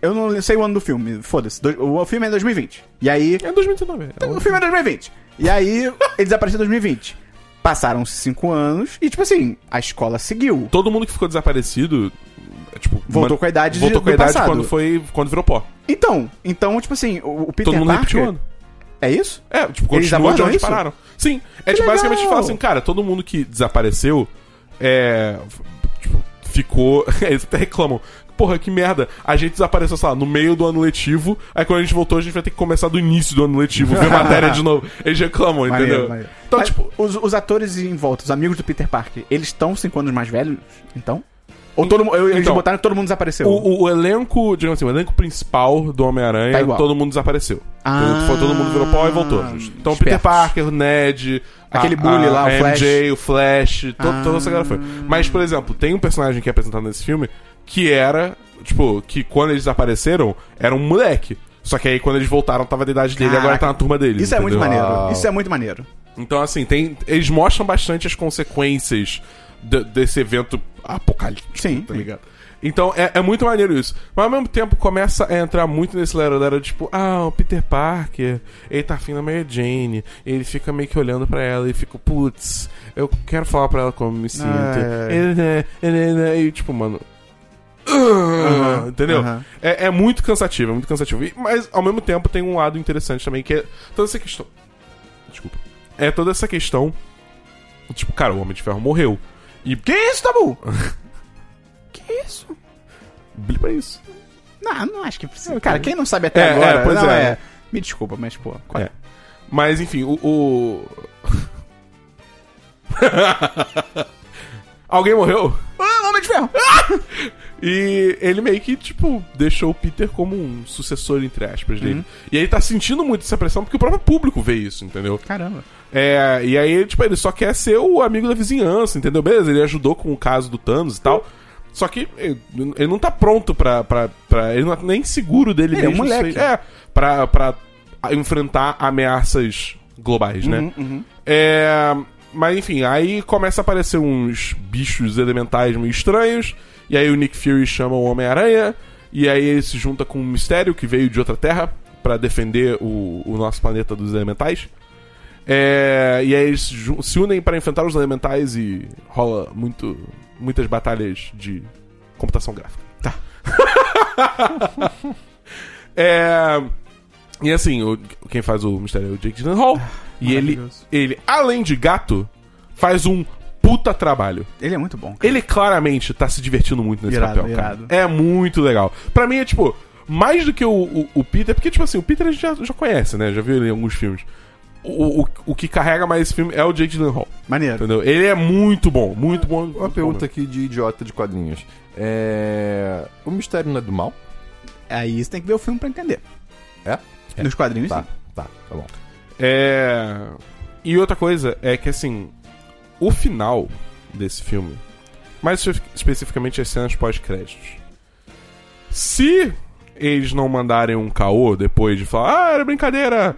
eu não sei o ano do filme, foda-se. Do- O filme é 2020. E aí. É 2019. é um- O filme é 2020. E aí, ele desapareceu em 2020. Passaram-se cinco anos e, tipo assim, a escola seguiu. Todo mundo que ficou desaparecido. é, Tipo, Voltou man- com a idade de- Voltou com a do idade passado. quando foi. Quando virou pó. Então, então, tipo assim, o, o Peter Todo mundo Parker... repetiu o ano. É isso? É, tipo, Eles continua de abordam onde isso? pararam. Sim. É Que tipo, basicamente legal! fala assim, cara, todo mundo que desapareceu é. f- Tipo, ficou. Eles até reclamam. Porra, que merda. A gente desapareceu, sei lá, no meio do ano letivo. Aí quando a gente voltou, a gente vai ter que começar do início do ano letivo, ver matéria de novo. Eles reclamam, entendeu? Então, Então, Mas, tipo. tipo, os, os atores em volta, os amigos do Peter Parker, eles estão cinco anos mais velhos, então? Ou todo mundo... Eles Então, botaram que todo mundo desapareceu. O, o- o elenco, digamos assim, o elenco principal do Homem-Aranha, Tá igual. todo mundo desapareceu. Ah. todo, foi- todo mundo virou pau e voltou. justo. Então, Peter Espertos. Parker, o Ned, a- Aquele bully a- lá, o a Flash. MJ, o Flash, to- Ah. toda essa galera foi. Mas, por exemplo, tem um personagem que é apresentado nesse filme que era, tipo, que quando eles desapareceram, era um moleque. Só que aí quando eles voltaram, tava da idade dele e agora Caraca. tá na turma dele. Isso é muito entendeu? maneiro. Uau. Isso é muito maneiro. Então, assim, tem, eles mostram bastante as consequências de- desse evento apocalíptico, Sim, tá sim. ligado? Então, é, é muito maneiro isso. Mas, ao mesmo tempo, começa a entrar muito nesse lero-lero, tipo, ah, o Peter Parker, ele tá afim da Mary Jane, ele fica meio que olhando pra ela e fica, putz, eu quero falar pra ela como eu me sinto. Ah, é. Ele, né, ele, né, e, tipo, mano... ah, entendeu? aham. É, é muito cansativo, é muito cansativo. E- mas, ao mesmo tempo, tem um lado interessante também, que é toda essa questão... Desculpa. É toda essa questão. Tipo, cara, o Homem de Ferro morreu. E Que isso, Tabu? que isso? blipa isso. Não, não acho que precisa. Cara, quem não sabe até É, agora... é, pois não, é. Me desculpa, mas, pô... qual é? É. Mas enfim, o. o- Alguém morreu? Ah, Homem de Ferro! É. E ele meio que, tipo, deixou o Peter como um sucessor, entre aspas, dele. E aí tá sentindo muito essa pressão porque o próprio público vê isso, entendeu? Caramba. É, e aí, tipo, ele só quer ser o amigo da vizinhança, entendeu? Beleza, ele ajudou com o caso do Thanos e tal. Só que ele, ele não tá pronto pra. pra, pra ele não tá nem seguro dele Ele é um mesmo. moleque. sei- É, pra, pra enfrentar ameaças globais, né? Uhum, É, mas enfim, aí começa a aparecer uns bichos elementais meio estranhos. E aí o Nick Fury chama o Homem-Aranha. E aí ele se junta com um mistério que veio de outra terra pra defender o, o nosso planeta dos elementais. É, e aí eles se ju- se unem pra enfrentar os elementais e rola muito, muitas batalhas de computação gráfica. Tá. é, e assim, o- quem faz o mistério é o Jake Gyllenhaal. e ele, maravilhoso. ele, além de gato, faz um puta trabalho. Ele é muito bom. cara. Ele claramente tá se divertindo muito nesse Irado, papel, irado. cara. É muito legal. Pra mim é tipo, mais do que o, o, o Peter, porque, tipo assim, o Peter a gente já, já conhece, né? Já viu ele em alguns filmes. O, o, o que carrega mais esse filme é o Jake Gyllenhaal, Maneiro. entendeu? Ele é muito bom, muito bom. muito Uma bom pergunta mesmo. aqui de idiota de quadrinhos. É... O mistério não é do mal? Aí você tem que ver o filme pra entender. É? Nos quadrinhos, Tá, sim. tá, tá bom. É... E outra coisa é que, assim, o final desse filme, mais espe- especificamente as cenas pós-créditos, se eles não mandarem um caô depois de falar, ah, era brincadeira,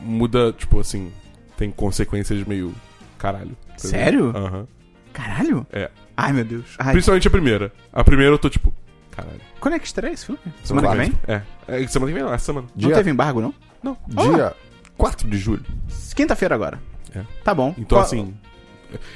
muda, tipo assim, tem consequências meio caralho. entendeu? Sério? Aham. Caralho? É. Ai, meu Deus. Ai, Principalmente a primeira. A primeira eu tô tipo, caralho. Quando é que estreia esse filme? Semana que Claro. vem? É. é. Semana que vem não, essa semana. Não Dia, teve embargo, não? Não. dia 4 de julho. Quinta-feira agora. É. Tá bom. Então, Qual- assim.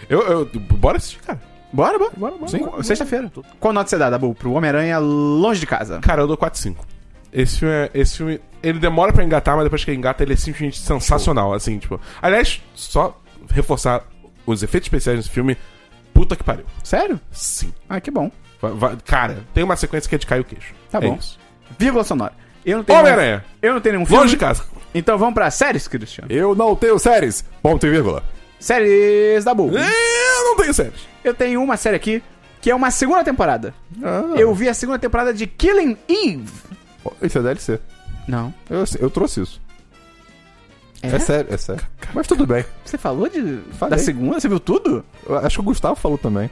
Eu, eu, bora assistir, cara. Bora, bora. Bora, bora. Sim. bora. Sexta-feira. Qual nota você dá, Dabu, pro Homem-Aranha longe de casa? Cara, eu dou 4-5. Esse filme, é- esse filme, ele demora pra engatar, mas depois que ele engata, ele é simplesmente sensacional, assim, tipo... Aliás, só reforçar os efeitos especiais desse filme, puta que pariu. Sério? Sim. Ah, que bom. Va- va- cara, tem uma sequência que é de cair o queixo. Tá É bom. isso. Vírgula sonora. Eu não tenho. nenhum... Homem-Aranha, Eu não tenho nenhum filme. longe de casa. Então vamos pra séries, Cristiano. Eu não tenho séries! Ponto e vírgula. Séries, Dabu. Eu não tenho séries. Eu tenho uma série aqui que é uma segunda temporada. Tá Ah, Eu vi a segunda temporada de Killing Eve. Isso é DLC. Não. Eu, assim, eu trouxe isso. É? É, sério, é sério. Mas tudo bem. Você falou de Falei. da segunda? Você viu tudo? Eu acho que o Gustavo falou também.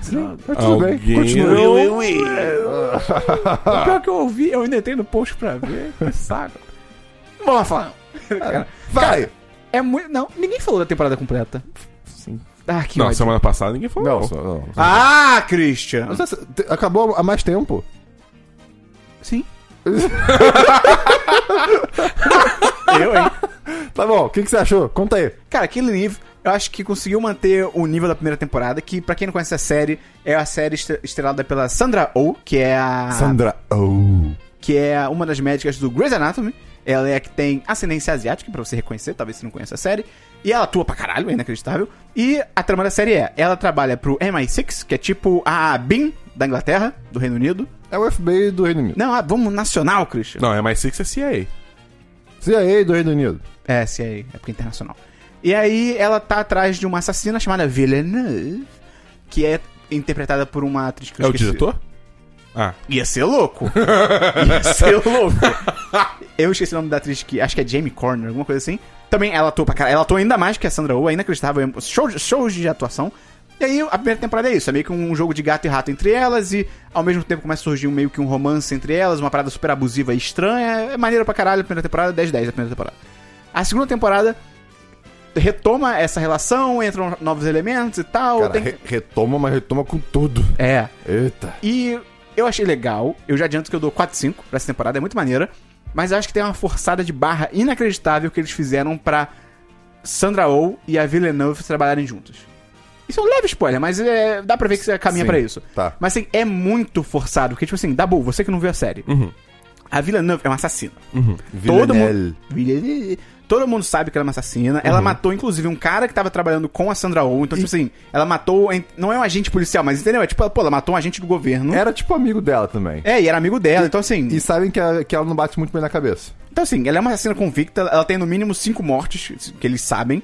Sim, mas Ah, tudo Alguém... bem. Continua. Eu- O pior que eu ouvi, eu ainda entrei no post pra ver. Que saco. Não vou lá falar. não. Cara, Vai! é muito. Não, ninguém falou da temporada completa. Sim. Ah, que Não, ódio. semana passada ninguém falou. Não, não. só- não. só- Ah, Christian! Mas essa- te- acabou há mais tempo. Sim. eu, hein? Tá bom, o que, que você achou? Conta aí. Cara, Killing Eve, eu acho que conseguiu manter o nível da primeira temporada, que pra quem não conhece a série, é a série estre- estrelada pela Sandra Oh, que é a Ah. Sandra Oh. que é uma das médicas do Grey's Anatomy. Ela é a que tem ascendência asiática, pra você reconhecer, talvez você não conheça a série. E ela atua pra caralho, é inacreditável. E a trama da série é, ela trabalha pro MI6, que é tipo a BIM da Inglaterra, do Reino Unido. É o FBI do Reino Unido. Não, ah, vamos nacional, Christian. Não, é mais Six é CIA. CIA do Reino Unido. É, se é, é porque é internacional. E aí ela tá atrás de uma assassina chamada Villeneuve, que é interpretada por uma atriz que eu É o esqueci. diretor? Ah, Ia ser louco. Ia ser louco. Eu esqueci o nome da atriz que acho que é Jamie Corner, alguma coisa assim. Também ela atua pra caralho. Ela atua ainda mais que a Sandra Oh, é inacreditável. é Show, de- shows de atuação. E aí a primeira temporada é isso. É meio que um jogo de gato e rato entre elas e ao mesmo tempo começa a surgir um- meio que um romance entre elas, uma parada super abusiva e estranha. É maneiro pra caralho a primeira temporada, 10-10 a primeira temporada. A segunda temporada retoma essa relação, entram novos elementos e tal. Cara, tem- re- retoma, mas retoma com tudo. É. Eita. E eu achei legal. Eu já adianto que eu dou 4-5 pra essa temporada, é muito maneira. Mas eu acho que tem uma forçada de barra inacreditável que eles fizeram pra Sandra Oh e a Villeneuve trabalharem juntos. Isso é um leve spoiler, mas é, dá pra ver que você caminha Sim, pra isso. tá. Mas assim, é muito forçado. Porque, tipo assim, Dabu, você que não viu a série. Uhum. A Villeneuve é uma assassina. Todo mundo, Villeneuve. todo mundo sabe que ela é uma assassina. Ela Uhum. matou, inclusive, um cara que tava trabalhando com a Sandra Oh. Então, tipo assim, ela matou... em- Não é um agente policial, mas entendeu? É tipo, pô, ela matou um agente do governo. Era tipo amigo dela também. É, e era amigo dela, então assim. E sabem que, a- que ela não bate muito bem na cabeça. Então assim, ela é uma assassina convicta, ela tem no mínimo cinco mortes, que eles sabem.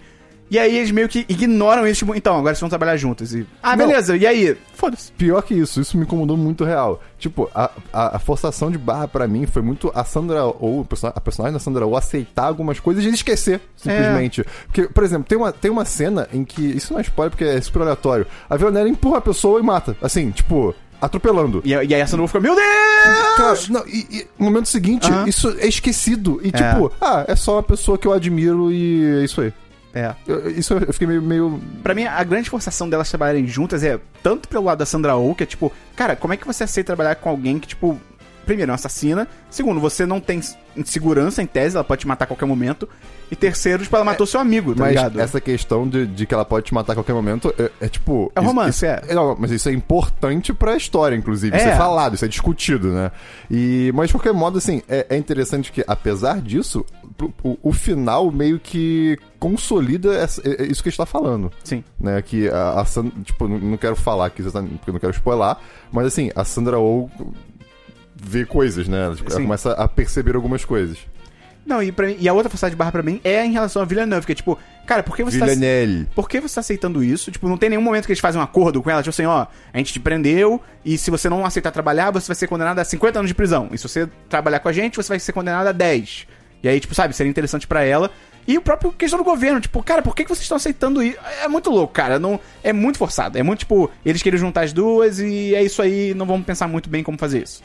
E aí eles meio que ignoram isso, tipo, então, agora vocês vão trabalhar juntas. E, ah, Não. beleza, e aí? Foda-se. Pior que isso, isso me incomodou muito real. Tipo, a, a, a forçação de barra pra mim foi muito a Sandra ou a personagem da Sandra ou aceitar algumas coisas e esquecer, simplesmente. Porque, por exemplo, tem uma, tem uma cena em que. Isso não é spoiler porque é super aleatório. A Vionera empurra a pessoa e mata. Assim, tipo, atropelando. E, e aí a Sandra fica, meu Deus! Cara, não, e, e no momento seguinte, Aham. isso é esquecido. E tipo, ah, é só uma pessoa que eu admiro e é isso aí. É. Eu- isso eu fiquei meio. meio... Pra mim, a grande forçação delas trabalharem juntas é tanto pelo lado da Sandra Oh, que é tipo, cara, como é que você aceita trabalhar com alguém que, tipo, primeiro, é uma assassina, segundo, você não tem s- segurança em tese, ela pode te matar a qualquer momento, e terceiro, tipo, ela matou seu amigo, tá Mas ligado? essa questão de, de que ela pode te matar a qualquer momento é, é tipo. É romance, isso- é. Não, mas isso é importante pra história, inclusive. Isso É. é falado, isso é discutido, né? E, mas de qualquer modo, assim, é, é interessante que, apesar disso, o, o final meio que consolida essa- é- é isso que a gente tá falando. Sim. Né, que a, a San- tipo, não, não quero falar aqui exatamente porque eu não quero spoiler, mas assim, a Sandra Oh vê coisas, né? Ela, tipo, ela Sim. começa a perceber algumas coisas. Não, e, pra mim- e a outra forçada de barra pra mim é em relação a Villeneuve, que é tipo, cara, por que você tá. Villanelle. Por que você tá aceitando isso? Tipo, não tem nenhum momento que eles fazem um acordo com ela, tipo assim, ó, a gente te prendeu, e se você não aceitar trabalhar, você vai ser condenado a 50 anos de prisão. E se você trabalhar com a gente, você vai ser condenado a 10. E aí, tipo, sabe, seria interessante pra ela. E o próprio questão do governo, tipo, cara, por que que vocês estão aceitando isso? É muito louco, cara. Não, é muito forçado. É muito, tipo, eles querem juntar as duas e é isso aí, não vamos pensar muito bem como fazer isso.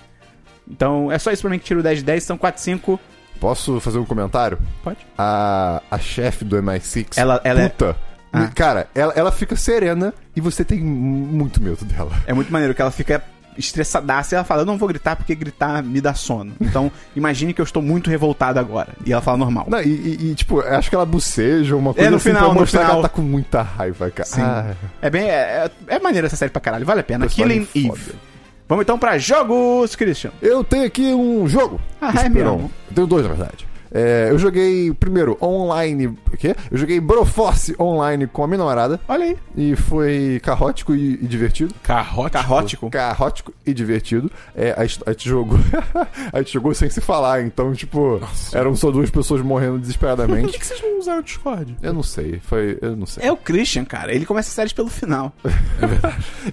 Então, é só isso pra mim que tira o 10 de 10, são 4, 5. Posso fazer um comentário? Pode. A, a chefe do MI6, Ela- ela é- puta, Ah. cara, ela, ela fica serena e você tem muito medo dela. É muito maneiro que ela fica estressadaça e ela fala: Eu não vou gritar porque gritar me dá sono. Então, imagine que eu estou muito revoltada agora. E ela fala normal. Não, e, e- e, tipo, acho que ela buceja uma coisa É no assim final, pra no mostrar que final. ela tá com muita raiva, cara. Sim. Ah, É bem. É, é é maneiro essa série pra caralho, vale a pena. Killing Personagem Eve. foda. Vamos então pra jogos, Christian. eu tenho aqui um jogo. Ah, é Esperão. mesmo? Eu tenho dois, na verdade. É, eu joguei, primeiro, online. O quê? Eu joguei Broforce online com a minha namorada. Olha aí. E foi carrótico e, e divertido. Carrote. Carrótico. Carrótico e divertido. É, a, gente, a gente jogou. a gente jogou sem se falar, então, tipo, Nossa. eram só duas pessoas morrendo Por desesperadamente. que, que vocês não usaram o Discord? eu não sei, foi. Eu não sei. É o Christian, cara. Ele começa a série pelo final.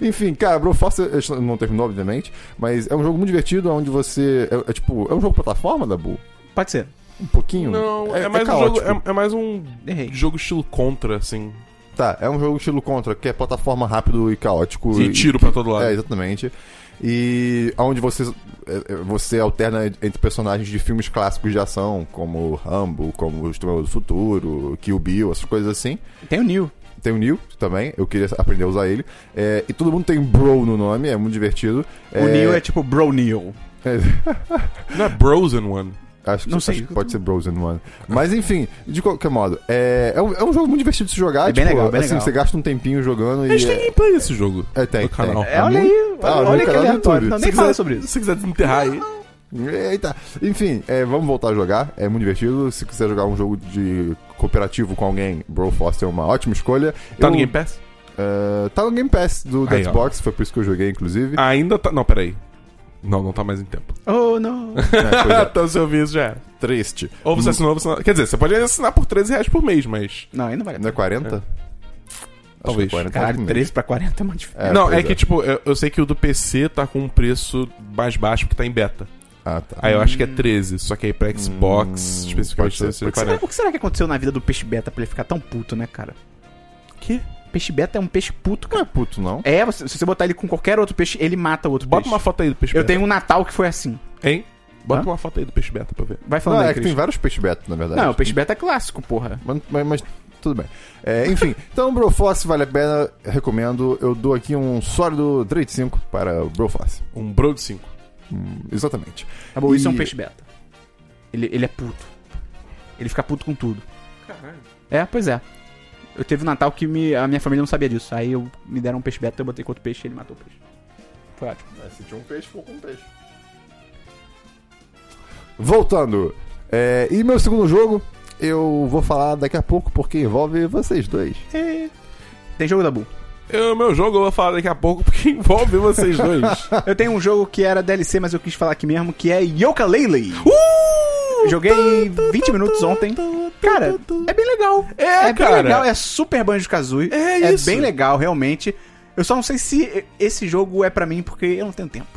Enfim, cara, Broforce a gente não terminou, obviamente, mas é um jogo muito divertido, onde você. É, é tipo, é um jogo plataforma, Dabu? Pode ser. Um pouquinho? Não, é, mais um jogo, caótico. é, é mais um Hum. Errei. jogo estilo contra, assim. Tá, é um jogo estilo contra, que é plataforma rápido e caótico. E tiro pra todo lado. É, exatamente. E onde você, é, é, você alterna entre personagens de filmes clássicos de ação, como Rambo, como O Exterminador do Futuro, Kill Bill, essas coisas assim. Tem o Neil. Tem o Neil também, eu queria aprender a usar ele. É, e todo mundo tem Bro no nome, é muito divertido. O Neil é tipo Bro Neil. Não é Brosen One. Acho que, Não sei. acho que pode ser Brosen, mano. Mas enfim, de qualquer modo, é, é, um, é um jogo muito divertido de se jogar. É bem legal, bem assim, legal. Você gasta um tempinho jogando Eles e. têm gameplay desse jogo. É, tem. No canal. tem. É, olha aí. Tá, no olha que canal do aleatório. YouTube. Não, Se nem quiser- fala sobre isso. Se você quiser desenterrar aí. Eita! Enfim, é, vamos voltar a jogar. É muito divertido. Se quiser jogar um jogo de cooperativo com alguém, Broforce é uma ótima escolha. Tá Eu- no Game Pass? é, tá no Game Pass do, do Aí, ó. Xbox, foi por isso que eu joguei, inclusive. Ainda tá. Não, peraí. Não, não tá mais em tempo. Oh, não. É, coisa então seu aviso já era. triste. Ou você assinou, ou você não. Quer dizer, você pode assinar por 13 reais por mês, mas. Não, aí não vale a Não é pena. 40? Acho Talvez. que é 40 Caralho, mesmo. 13 pra 40 é uma diferença. É, não, pois é que, tipo, eu, eu sei que o do PC tá com um preço mais baixo porque tá em beta. Ah, tá. Aí eu acho que é 13, só que aí pra Xbox, Hum, especificamente, pode ser, deve ser pode ser. 40. O que será que aconteceu na vida do peixe beta pra ele ficar tão puto, né, cara? Que? Peixe beta é um peixe puto, Não é cara. puto, não. É, você- se você botar ele com qualquer outro peixe, ele mata o outro Bota peixe. uma foto aí do peixe Eu beta. tenho um Natal que foi assim. Hein? Bota Hã? uma foto aí do peixe beta pra eu ver. Vai Não, falando é aí, que tem Cris. vários peixe beta, na verdade. Não, o peixe beta é clássico, porra. Mas, mas- mas tudo bem. É, enfim, então Broforce vale a pena, recomendo. Eu dou aqui um sólido 3.5 para o Broforce. Um Bro de 5. Hum, exatamente. Tá bom, isso é um E- peixe beta. Ele, ele é puto. Ele fica puto com tudo. É, pois é. Eu teve um Natal que me- a minha família não sabia disso. Aí eu me deram um peixe beta, eu botei com outro peixe e ele matou o peixe. Foi ótimo. se tinha um peixe, ficou com um peixe. Voltando. É, e meu segundo jogo, eu vou falar daqui a pouco porque envolve vocês dois. Tem jogo da Bull. Eu, meu jogo eu vou falar daqui a pouco porque envolve vocês dois. Eu tenho um jogo que era DLC, mas eu quis falar aqui mesmo, que é Yoka Laylee. uh! Joguei 20 minutos ontem. Cara, é bem legal. É, bem cara. legal, é super Banjo-Kazooie. É isso. bem legal, realmente. Eu só não sei se esse jogo é pra mim, porque eu não tenho tempo.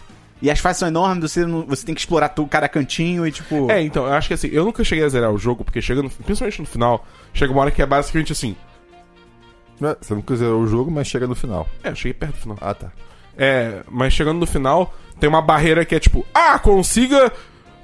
E as fases são enormes, você, não- você tem que explorar tu, cada cantinho e tipo... É, então, eu acho que assim, eu nunca cheguei a zerar o jogo, porque chega no, principalmente no final, chega uma hora que é basicamente assim. Né? Você não zerou o jogo, mas chega no final. É, eu cheguei perto do final. Ah, tá. É, mas chegando no final, tem uma barreira que é tipo, ah, consiga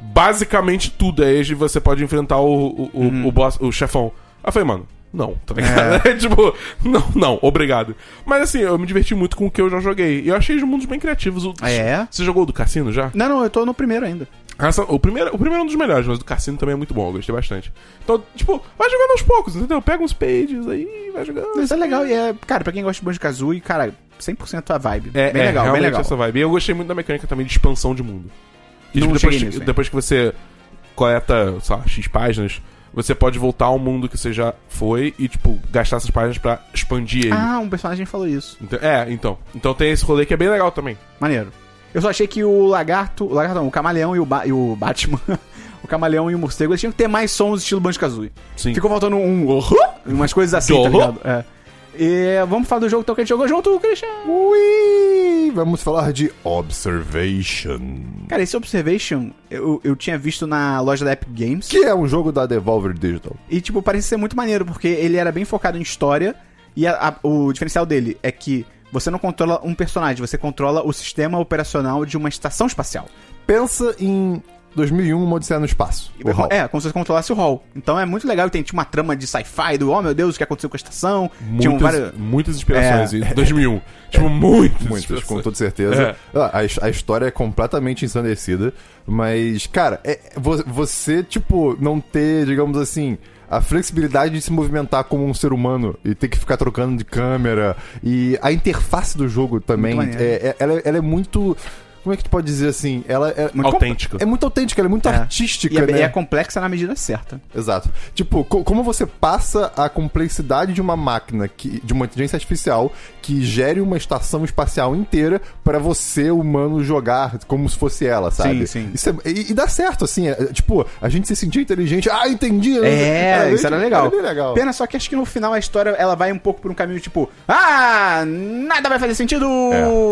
basicamente tudo. Aí você pode enfrentar o, o, o- o boss, o chefão. Aí eu falei, mano, não, tá ligado? tipo, não, não, obrigado. Mas assim, eu me diverti muito com o que eu já joguei. E eu achei os mundos bem criativos. O- É? Você jogou o do cassino já? Não, não, eu tô no primeiro ainda. Ah, são- O primeiro, o primeiro é um dos melhores, mas o do cassino também é muito bom, eu gostei bastante. Então, tipo, vai jogando aos poucos, entendeu? Pega uns pages aí, vai jogando. Isso é legal e é... Cara, pra quem gosta de Banjo-Kazooie, cara, 100% a vibe. É, bem é, legal, bem realmente legal. essa vibe. E eu gostei muito da mecânica também de expansão de mundo. E Não tipo, cheguei depois, que- nisso, hein? depois que você coleta, sei lá, X páginas, você pode voltar ao mundo que você já foi e, tipo, gastar essas páginas pra expandir ele. Ah, um personagem falou isso. Então- é, então. Então tem esse rolê que é bem legal também. Maneiro. Eu só achei que o lagarto. O lagarto não, o camaleão e o, ba- e o Batman. o camaleão e o morcego, eles tinham que ter mais sons estilo Banjo-Kazooie. Sim. Ficou faltando um. um umas coisas assim, tá Jorro. ligado? É. E vamos falar do jogo então que a gente jogou junto, Christian. Ui! Vamos falar de Observation. Cara, esse Observation eu, eu tinha visto na loja da Epic Games. Que é um jogo da Devolver Digital. E, tipo, parece ser muito maneiro, porque ele era bem focado em história. E a- a- o diferencial dele é que você não controla um personagem, você controla o sistema operacional de uma estação espacial. Pensa em 2001, uma Odisseia no Espaço. O HAL. É, como se você controlasse o hall. Então é muito legal. Tem tinha uma trama de sci-fi do, oh meu Deus, o que aconteceu com a estação. Tinham Muitas, um várias. muitas inspirações. É. em 2001. tipo, muitas. Muitas, com inspirações. toda certeza. Ah, A, his- a história é completamente ensandecida, mas, cara, é- vo- você, tipo, não ter, digamos assim, a flexibilidade de se movimentar como um ser humano e ter que ficar trocando de câmera. E a interface do jogo também, Muito maneiro. é, é- ela, ela é muito Como é que tu pode dizer assim? Ela é. Muito Autêntica. É muito autêntica, ela é muito É. artística, E é, né? e é complexa na medida certa. Exato. Tipo, co- como você passa a complexidade de uma máquina, que, de uma inteligência artificial, que gere uma estação espacial inteira pra você, humano, jogar como se fosse ela, sabe? Sim, sim. Isso é- e, e dá certo, assim. é- é, tipo, a gente se sentia inteligente. Ah, entendi. É, isso era legal. bem legal. Pena só que acho que no final a história ela vai um pouco por um caminho tipo, ah, nada vai fazer sentido.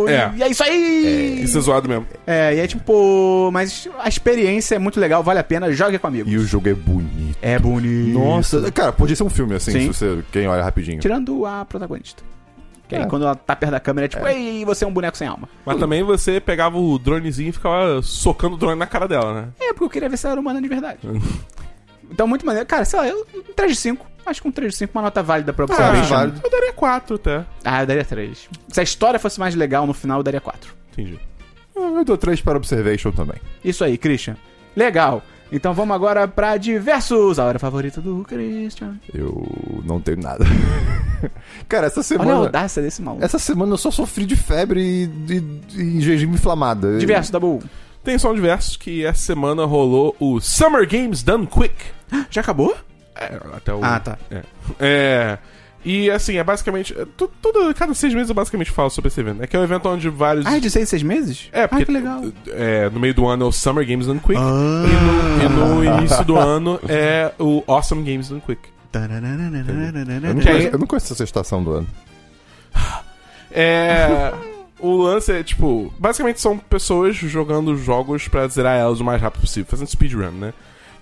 É. E é isso aí. Isso é zoado mesmo. É, e é tipo, pô, mas a experiência é muito legal, vale a pena, jogue com amigos. E o jogo é bonito. É bonito. Nossa, cara, podia ser um filme, assim, Sim. se você, quem olha rapidinho. Tirando a protagonista. Que aí É. quando ela tá perto da câmera é tipo, ei, você é um boneco sem alma. Mas também você pegava o dronezinho e ficava socando o drone na cara dela, né? É, porque eu queria ver se ela era humana de verdade. então, muito maneiro. Cara, sei lá, eu, um 3 de 5. Acho que um 3 de 5 é uma nota válida Ah, pra observation. válido. Eu daria 4 até. Ah, eu daria 3. Se a história fosse mais legal no final, eu daria 4. Entendi. Eu dou três para Observation também. Isso aí, Christian. Legal. Então vamos agora pra diversos. A hora favorita do Christian. Eu não tenho nada. cara, essa semana... Olha a audácia desse maluco. Essa semana eu só sofri de febre e, e, e gengiva inflamada. Diverso, Dabu. Tem só um diverso que essa semana rolou o Summer Games Done Quick. Já acabou? É, até o... Ah, tá. É. É, E assim, é basicamente. é, tu- tudo, cada seis meses eu basicamente falo sobre esse evento. É que é um evento onde vários. Ah, é de 6 6 meses? É, porque Ah, que legal. é, no meio do ano é o Summer Games Done Quick. Ah. E, no, e no início do ano é o Awesome Games Done Quick. Eu não, Tanananananananana. conheço, eu não conheço essa estação do ano. É. o lance é, tipo, basicamente são pessoas jogando jogos pra zerar elas o mais rápido possível, fazendo speedrun, né?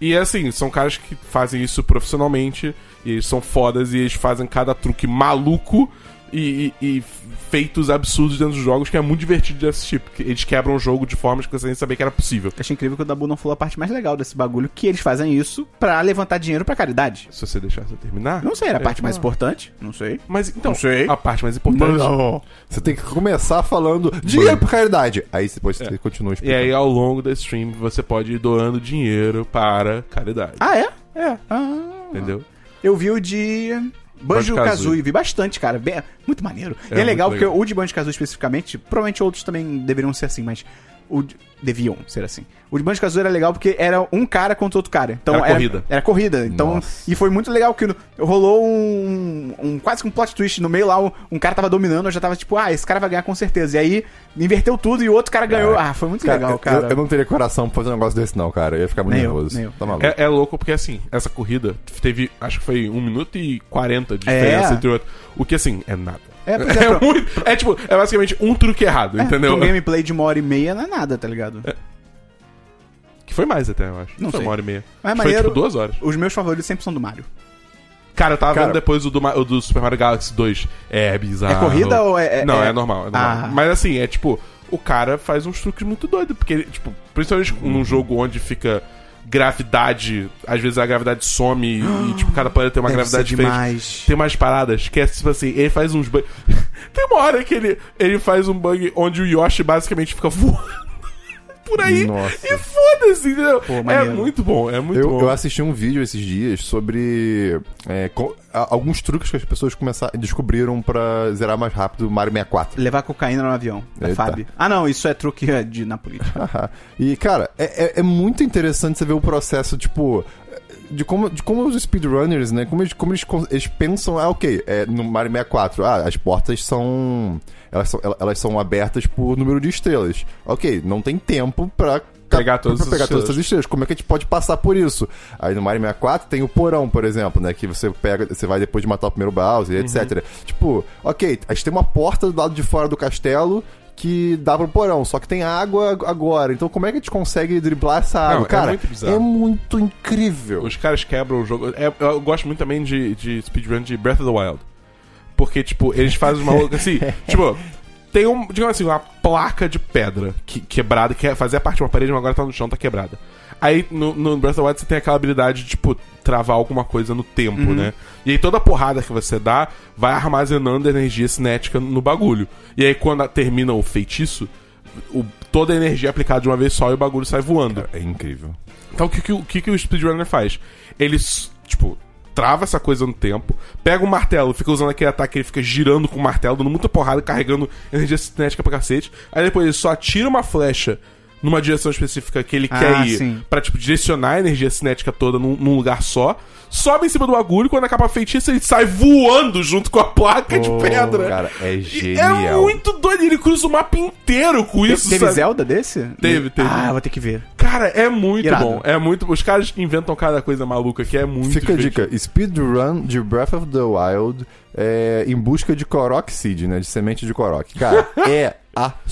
E assim, são caras que fazem isso profissionalmente, e eles são fodas, e eles fazem cada truque maluco e, e- e feitos absurdos dentro dos jogos, que é muito divertido de assistir, porque eles quebram o jogo de formas que você nem sabia que era possível. Achei incrível que o Dabu não falou a parte mais legal desse bagulho, que eles fazem isso pra levantar dinheiro pra caridade. Se você deixasse eu terminar. Não sei, era a eu parte ia mais falar. importante. Não sei. Mas então, Não sei. a parte mais importante. Você tem que começar falando dinheiro pra caridade. Aí É. depois você continua E explicando. é aí, ao longo da stream, você pode ir doando dinheiro para caridade. Ah, é? é. Ah. Entendeu? Eu vi o de Banjo Kazooie, Banjo-Kazooie. vi bastante, cara. Bem- muito maneiro. É, É, muito legal porque legal. o de Banjo Kazooie especificamente, provavelmente outros também deveriam ser assim, mas o de- deviam ser assim. O de Banjo Kazooie era legal porque era um cara contra outro cara. Então Era corrida. Era corrida. Então, Nossa. e foi muito legal que no- rolou um, um quase que um plot twist no meio lá, um, um cara tava dominando, eu já tava tipo, ah, esse cara vai ganhar com certeza. E aí inverteu tudo e o outro cara É. ganhou. Ah, foi muito legal, eu- cara. Eu, não teria coração pra fazer um negócio desse, não, cara. Eu ia ficar muito Nem eu, nervoso. nem eu. Tá maluco. É, é louco porque, assim, essa corrida teve, acho que foi 1 minuto e 40 de diferença É. entre o outro. O que, assim, é nada. É, pois é, é, pro- muito- é tipo, é basicamente um truque errado, entendeu? Um gameplay de uma hora e meia não é nada, tá ligado? Que foi mais até, eu acho. Não foi sei. uma hora e meia. Mas é foi, maneiro- tipo, duas horas. Os meus favoritos sempre são do Mario. Cara, eu tava Cara- vendo depois o do, Ma- o do Super Mario Galaxy 2. É bizarro. É corrida ou é- é- Não, é, é- normal. é normal. Ah. Mas, assim, é tipo, o cara faz uns truques muito doidos. Porque, ele, tipo, principalmente Uhum. num jogo onde fica gravidade, às vezes a gravidade some e, e, tipo, cada planeta tem uma Deve gravidade ser diferente. demais. Tem umas paradas que é tipo assim, ele faz uns bugs. Tem uma hora que ele, ele faz um bug onde o Yoshi basicamente fica voando por aí. Nossa. E foda-se, entendeu? é maneiro. muito bom, é muito Eu, bom. eu assisti um vídeo esses dias sobre é, co- a- alguns truques que as pessoas começaram, descobriram pra zerar mais rápido o Mario 64. Levar cocaína no avião. É Eita. Fábio. Ah, não, isso é truque é, de, na política. Haha. e, cara, é, é- é muito interessante você ver o processo, tipo. De como, de como os speedrunners, né? Como eles, como eles, con- eles pensam, ah, ok, é, no Mario 64, ah, as portas são elas, são. elas são abertas por número de estrelas. Ok, não tem tempo pra. Pegar todas pra as pegar estrelas. todas essas estrelas. Como é que a gente pode passar por isso? Aí no Mario 64 tem o porão, por exemplo, né? Que você pega, você vai depois de matar o primeiro Uhum. Bowser, etc. Tipo, ok, a gente tem uma porta do lado de fora do castelo que dá pro porão, só que tem água ag- agora. Então como é que a gente consegue driblar essa água? Não, é Cara, é muito muito, bizarro. incrível. Os caras quebram o jogo. É, eu gosto muito também de, de speedrun de Breath of the Wild. Porque, tipo, eles fazem uma louca assim. tipo, tem um, digamos assim, uma placa de pedra que, quebrada, que é- fazia parte de uma parede, mas agora tá no chão, tá quebrada. Aí no, no Breath of the Wild você tem aquela habilidade de, tipo, travar alguma coisa no tempo, né? E aí toda porrada que você dá vai armazenando energia cinética no bagulho. E aí quando a- termina o feitiço, o- toda a energia é aplicada de uma vez só e o bagulho sai voando. É incrível. Então o que, que, o- o que, que o speedrunner faz? Ele, s- tipo, trava essa coisa no tempo, pega o martelo, fica usando aquele ataque, ele fica girando com o martelo, dando muita porrada, carregando energia cinética pra cacete. Aí depois ele só atira uma flecha numa direção específica que ele Ah, quer ir sim. pra, tipo, direcionar a energia cinética toda num, num lugar só. Sobe em cima do agulho, quando acaba a feitiça, ele sai voando junto com a placa de Pô, pedra. cara, é E É genial. muito doido, ele cruza o mapa inteiro com isso, Teve sabe? Zelda desse? Teve, teve. Ah, vou ter que ver. Cara, é muito Irado. bom. É muito. Os caras que inventam cada coisa maluca que é muito Fica a divertido. dica: Speedrun de Breath of the Wild é, em busca de Korok Seed, né? De semente de Korok. Cara, é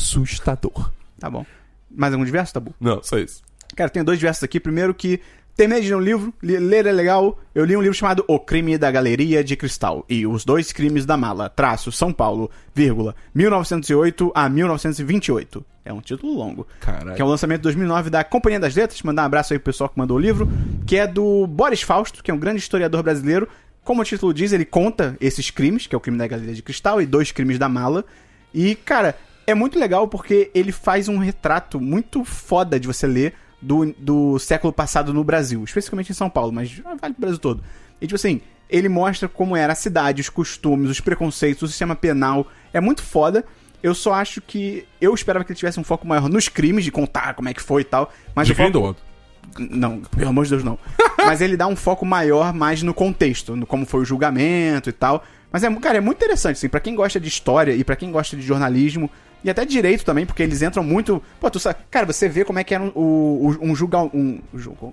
assustador. Tá bom. Mais algum diverso, Tabu? Não, só isso. Cara, tem dois versos aqui. Primeiro que terminei de ler um livro, li- ler é legal. Eu li um livro chamado O Crime da Galeria de Cristal e Os Dois Crimes da Mala, traço São Paulo, vírgula, 1908 a 1928. É um título longo. Caralho. Que é um lançamento de 2009 da Companhia das Letras. Mandar um abraço aí pro pessoal que mandou o livro. Que é do Boris Fausto, que é um grande historiador brasileiro. Como o título diz, ele conta esses crimes, que é o crime da Galeria de Cristal e dois crimes da mala. E, cara, é muito legal porque ele faz um retrato muito foda de você ler do, do século passado no Brasil. Especificamente em São Paulo, mas vale pro Brasil todo. E, tipo assim, ele mostra como era a cidade, os costumes, os preconceitos, o sistema penal. É muito foda. Eu só acho que. Eu esperava que ele tivesse um foco maior nos crimes, de contar como é que foi e tal. Mas De o foco- quem do outro? Não, pelo amor de Deus, não. mas ele dá um foco maior mais no contexto, no como foi o julgamento e tal. Mas, é, cara, é muito interessante, assim, pra quem gosta de história e pra quem gosta de jornalismo. E até direito também, porque eles entram muito. Pô, tu sabe. Cara, você vê como é que era um, o- um julga. Um, julga-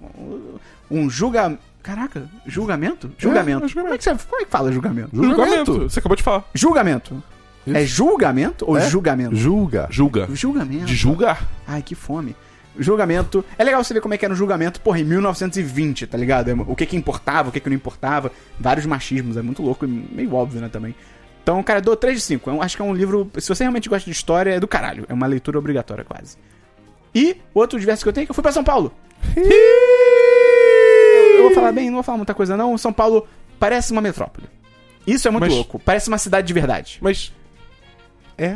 um julga. Caraca, julgamento? Julgamento. é julgamento. Como, é que você, como é que fala julgamento? Julgamento. Você acabou de falar. Julgamento. Isso. É julgamento ou É? julgamento? Julga. Julga. Julgamento. De julgar. Ai, que fome. Julgamento. É legal você ver como é que era o julgamento, porra, em 1920, tá ligado? É, O que que importava, o que que não importava. Vários machismos, é muito louco e meio óbvio, né, também. Então, cara, eu dou 3 de 5. Eu acho que é um livro. Se você realmente gosta de história, é do caralho. É uma leitura obrigatória, quase. E o outro diverso que eu tenho é que eu fui pra São Paulo. Eu vou falar bem, não vou falar muita coisa, não. São Paulo parece uma metrópole. Isso é muito Mas- louco. Parece uma cidade de verdade. Mas. É.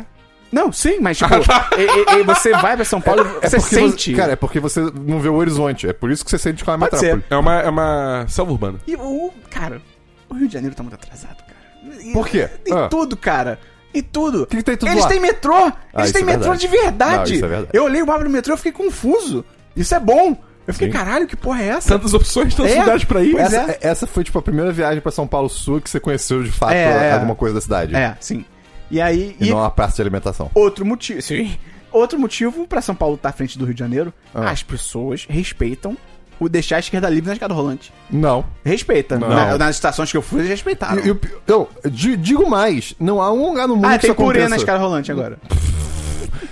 Não, sim, mas tipo, e- e- e você vai pra São Paulo, você É porque sente. Cara, é porque você não vê o horizonte. É por isso que você sente que lá é Pode metrópole. É uma, é uma selva urbana. E o. Cara, o Rio de Janeiro tá muito atrasado, cara. E- Por quê? Em Ah. tudo, cara. Em tudo. O que que tem tudo Eles lá? têm metrô! Eles isso têm é metrô verdade. de verdade. Não, isso é verdade. Eu olhei o mapa do metrô e fiquei confuso. Isso é bom. Eu fiquei, Sim. caralho, que porra é essa? Tantas opções, tantos É? lugares pra ir. Pois Essa, é. essa foi, tipo, a primeira viagem pra São Paulo Sul que você conheceu, de fato, É, é. alguma coisa da cidade. É, sim. E aí. E, e- não uma praça de alimentação. Outro motivo. Sim. Outro motivo pra São Paulo estar à frente do Rio de Janeiro, Ah. as pessoas respeitam o deixar a esquerda livre na escada rolante. Não. Respeita. Na- nas estações que eu fui, eles respeitaram. E- e o pi- eu, di- digo mais, não há um lugar no mundo ah, que tem isso purê aconteça. na escada rolante agora.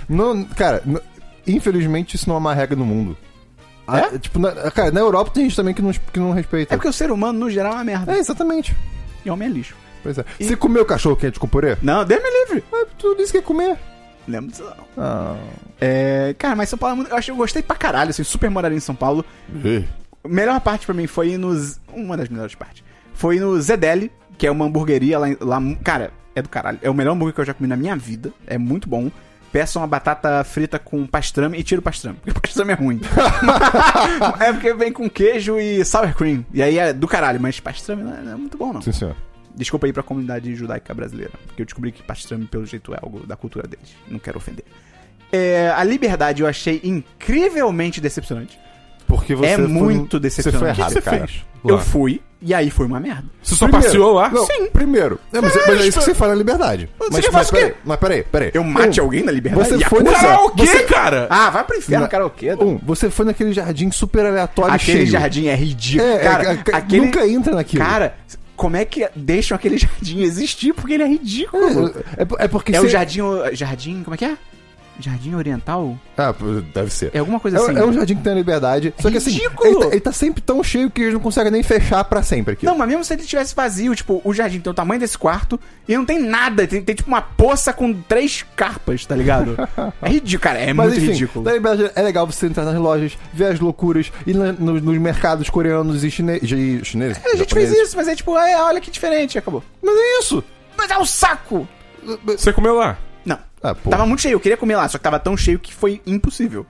Não, cara, n- infelizmente isso não é uma regra no mundo. A- É? Tipo, na, cara, na Europa tem gente também que não, que não respeita. É porque o ser humano, no geral, é uma merda. É, exatamente. E homem é lixo. Pois é. Você comeu cachorro quente com purê? Não, Deus me livre. Mas tu disse que ia comer. Lembro disso não. Ah. É, cara, mas São Paulo, é muito- eu acho que eu gostei pra caralho, assim, super moraria em São Paulo. A melhor parte pra mim foi ir nos... Uma das melhores partes. Foi ir no Zedeli, que é uma hamburgueria lá, em- lá... Cara, é do caralho. É o melhor hambúrguer que eu já comi na minha vida. É muito bom. Peça uma batata frita com pastrame e tira o pastrame. Porque pastrame é ruim. é porque vem com queijo e sour cream. E aí é do caralho, mas pastrame não é, não é muito bom, não. Sim, senhor. Desculpa aí pra comunidade judaica brasileira, porque eu descobri que pastrame, pelo jeito, é algo da cultura deles. Não quero ofender. É, a liberdade eu achei incrivelmente decepcionante. Porque você É foi- muito Você foi decepcionante. errado, O que você cara. fez? Eu Lá. fui, e aí foi uma merda. Você só passeou lá? Não, Sim. Primeiro. É, mas, mas é isso que você faz na liberdade. Você mas, quer mas, fazer o quê? peraí, mas peraí, peraí. Eu mate um, alguém na liberdade? você E foi acusa- nessa- Cara, o quê, Você- cara? Ah, vai pro inferno, Na- karaokê. Dom. Um, você foi naquele jardim super aleatório Aquele cheio. jardim é ridículo. É, cara, é, é, aquele... nunca entra naquilo. Cara, como é que deixam aquele jardim existir? Porque ele é ridículo. É, é- é porque É, o você- jardim... Jardim... Como é que é? Jardim oriental? Ah, deve ser. É alguma coisa É, assim. é um jardim que tem a liberdade. Só que assim, Ridículo! ele tá, ele tá sempre tão cheio que eles não conseguem nem fechar pra sempre aqui. Não, mas mesmo se ele tivesse vazio, tipo, o jardim tem o tamanho desse quarto e não tem nada. Tem, tem, tipo uma poça com três carpas, tá ligado? é ridículo, cara. É mas muito enfim, ridículo. na liberdade é legal você entrar nas lojas, ver as loucuras, ir na- nos, nos mercados coreanos e chine... de- chineses. A gente fez japoneses. isso, mas é tipo, é, olha que diferente, acabou. Mas é isso! Mas é um saco! Você comeu lá? Não. Ah, pô. Tava muito cheio, eu queria comer lá, só que tava tão cheio que foi impossível.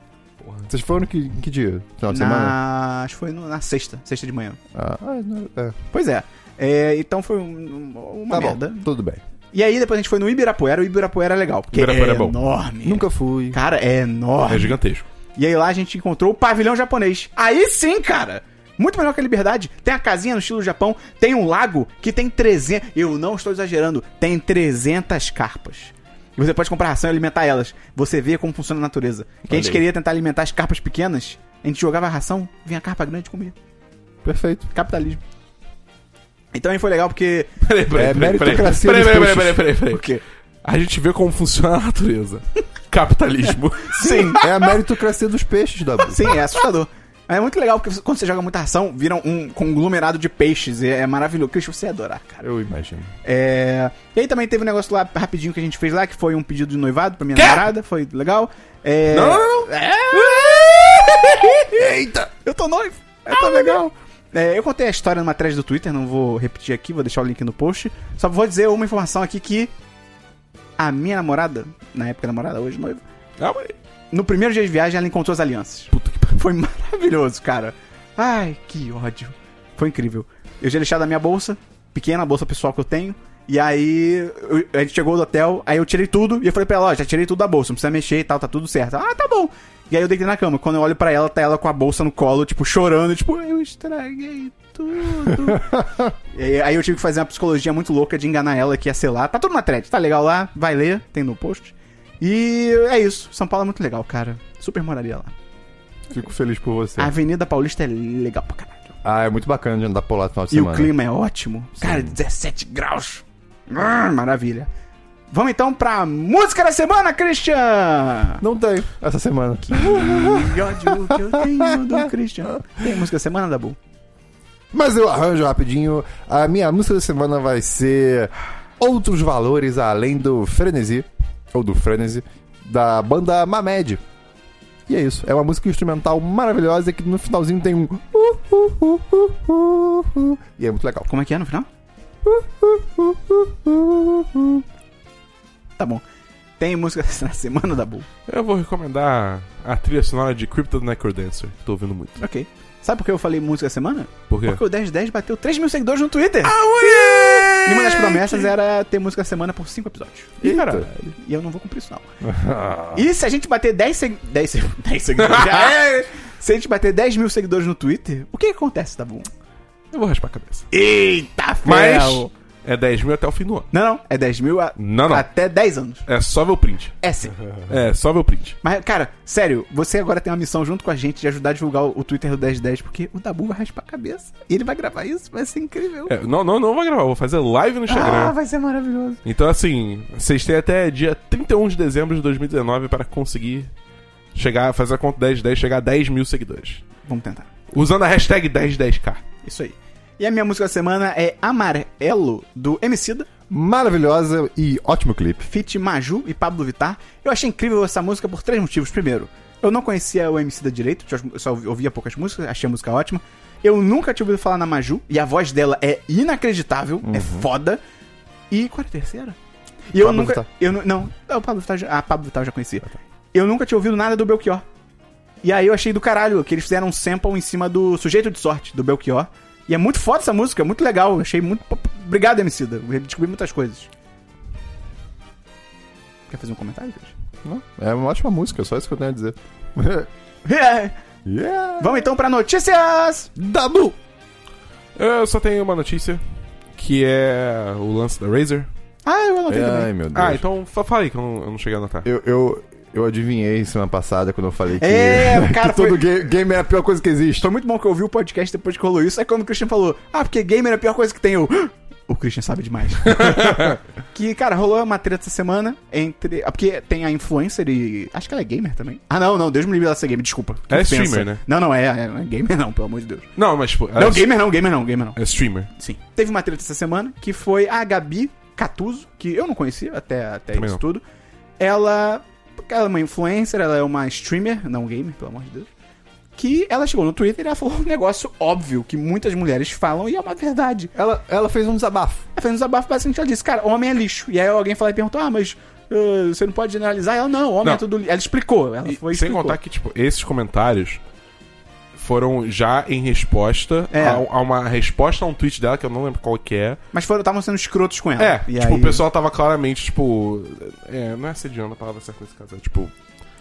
Vocês foram que, que dia? Final de semana? Na... Acho que foi no- na sexta, sexta de manhã. Ah, ah, não- é. Pois é. É, então foi um- um- uma Tá merda. bom, tudo bem. E aí depois a gente foi no Ibirapuera. O Ibirapuera é legal, porque Ibirapuera é, é bom. enorme. Nunca fui. Cara, é enorme. É gigantesco. E aí lá a gente encontrou o pavilhão japonês. Aí sim, cara! Muito melhor que a Liberdade. Tem a casinha no estilo Japão, tem um lago que tem 300... Eu não estou exagerando, tem 300 carpas. E você pode comprar ração e alimentar elas. Você vê como funciona a natureza. Que a gente Olha aí. queria tentar alimentar as carpas pequenas, a gente jogava a ração, vinha a carpa grande comer. Perfeito. Capitalismo. Então aí foi legal porque... Peraí, peraí, É, peraí, peraí. meritocracia Peraí, dos peraí, peixes. peraí, peraí, peraí, peraí. O quê? A gente vê como funciona a natureza. Capitalismo. Sim, é a meritocracia dos peixes, da Sim, é assustador. É muito legal porque quando você joga muita ração, vira um conglomerado de peixes. E é maravilhoso. Cristo, você ia adorar, cara. Eu imagino. É... E aí também teve um negócio lá rapidinho que a gente fez lá, que foi um pedido de noivado pra minha Quê? namorada, foi legal. É... Não, não, não. Eita! Eu tô noivo! Eu Ah, tô legal! É, eu contei a história numa thread do Twitter, não vou repetir aqui, vou deixar o link no post. Só vou dizer uma informação aqui que a minha namorada, na época namorada, hoje noiva, Calma aí. no primeiro dia de viagem ela encontrou as alianças. Puta que pariu. Foi maravilhoso, cara. Ai, que ódio. Foi incrível. Eu tinha deixado a minha bolsa, pequena a bolsa pessoal que eu tenho. E aí, eu- a gente chegou do hotel, aí eu tirei tudo e eu falei pra ela, ó, já tirei tudo da bolsa, não precisa mexer e tal, tá tudo certo. Ah, tá bom. E aí eu deitei na cama. Quando eu olho pra ela, tá ela com a bolsa no colo, tipo, chorando, tipo, eu estraguei tudo. E aí eu tive que fazer uma psicologia muito louca de enganar ela que ia selar. Tá tudo na thread, tá legal lá, vai ler, tem no post. E é isso. São Paulo é muito legal, cara. Super moraria lá. Fico feliz por você. A Avenida Paulista é legal pra caralho. Ah, é muito bacana de andar por lá no final de E semana. o clima é ótimo. Cara, 17 graus. Ah, maravilha. Vamos então pra música da semana, Christian! Não tenho essa semana. Que ódio um que eu tenho do Christian. Tem música da semana, Dabu? Mas eu arranjo rapidinho. A minha música da semana vai ser Outros Valores Além do Frenesi, ou do Frenesi, da banda Mamed. E é isso. É uma música instrumental maravilhosa que no finalzinho tem um. uh, uh, uh, uh, uh, uh, e é muito legal. Como é que é no final? Tá bom. Tem música da semana, Dabu? Eu vou recomendar a trilha sonora de Crypto Necrodancer, que tô ouvindo muito. Ok. Sabe por que eu falei música da semana? Por quê? Ah, Porque o 1010 bateu 3 mil seguidores no Twitter. E uma das promessas era ter música da semana por 5 episódios. Ih, caralho. E eu não vou cumprir isso, não. E se a gente bater 10 seg... 10, seg- 10 seguidores. já é. se a gente bater 10 mil seguidores no Twitter, o que que acontece, tá bom? Eu vou raspar a cabeça. Eita, Mas ferro! é 10 mil até o fim do ano. Não, não. É 10 mil a- Não, não. até 10 anos. É só ver o print. É sim. É, só ver o print. Mas, cara, sério, você agora tem uma missão junto com a gente de ajudar a divulgar o o Twitter do 1010, porque o Dabu vai raspar a cabeça. E ele vai gravar isso, vai ser incrível. É, né? não, não, não vou gravar, vou fazer live no ah, Instagram. vai ser maravilhoso. Então, assim, vocês têm até dia 31 de dezembro de 2019 para conseguir chegar, fazer a conta 1010, chegar a 10 mil seguidores. Vamos tentar. Usando a hashtag 1010k. Isso aí. E a minha música da semana é Amarelo, do Emicida. Maravilhosa e ótimo clipe. feat Maju e Pablo Vittar. Eu achei incrível essa música por três motivos. Primeiro, eu não conhecia o MC da direito, eu só ouvia poucas músicas, achei a música ótima. Eu nunca tinha ouvido falar na Maju, e a voz dela é inacreditável, é foda. E qual era a terceira? E eu Uhum. Pablo nunca. Vittar. tá. Eu, nu- não, não, o Pablo Vittar, já- ah, Pablo Vittar eu já conhecia. Eu nunca tinha ouvido nada do Belchior. E aí eu achei do caralho que eles fizeram um sample em cima do Sujeito de Sorte, do Belchior. E é muito foda essa música, é muito legal. Eu achei muito. Obrigado, MC da. Eu descobri muitas coisas. Quer fazer um comentário, Cris? Não, É uma ótima música, só isso que eu tenho a dizer. yeah! É, Vamos então pra notícias! Dabu! Eu só tenho uma notícia, que é o lance da Razer. Ah, eu anotei É, Ai, também. meu Deus. Ah, então fa- fala aí que eu não, eu não cheguei a anotar. Eu, eu, eu adivinhei semana passada quando eu falei que, É, cara, que todo foi- ga- game é a pior coisa que existe. Foi muito bom que eu ouvi o podcast depois que rolou isso. É quando o Christian falou: Ah, porque gamer é a pior coisa que tem. Eu. "Ah, O Christian sabe demais. que, cara, rolou uma treta essa semana entre. ah, Porque tem a influencer e. Acho que ela é gamer também. Ah, não, não, Deus me livre ela ser gamer, desculpa. É Pensa. streamer, né? Não, não, é, é- não é gamer não, pelo amor de Deus. Não, mas tipo... Não, gamer não, gamer não, gamer não. É streamer. Sim. Teve uma treta essa semana que foi a Gabi Catuso, que eu não conhecia até, até Também isso não. tudo. Ela, ela é uma influencer, ela é uma streamer, não gamer, pelo amor de Deus. Que ela chegou no Twitter e ela falou um negócio óbvio que muitas mulheres falam e é uma verdade. Ela, ela fez um desabafo. Ela fez um desabafo basicamente, ela disse, cara, homem é lixo. E aí alguém falou e perguntou, ah, mas uh, você não pode generalizar? Ela, não, homem Não. é tudo lixo. Ela explicou, ela E foi e sem explicou. contar que, tipo, esses comentários foram já em resposta É. a, a uma resposta a um tweet dela, que eu não lembro qual que é. Mas foram, estavam sendo escrotos com ela. É, Ah, E tipo, aí- o pessoal tava claramente, tipo. É, não é assediando a palavra certa nesse caso, é tipo.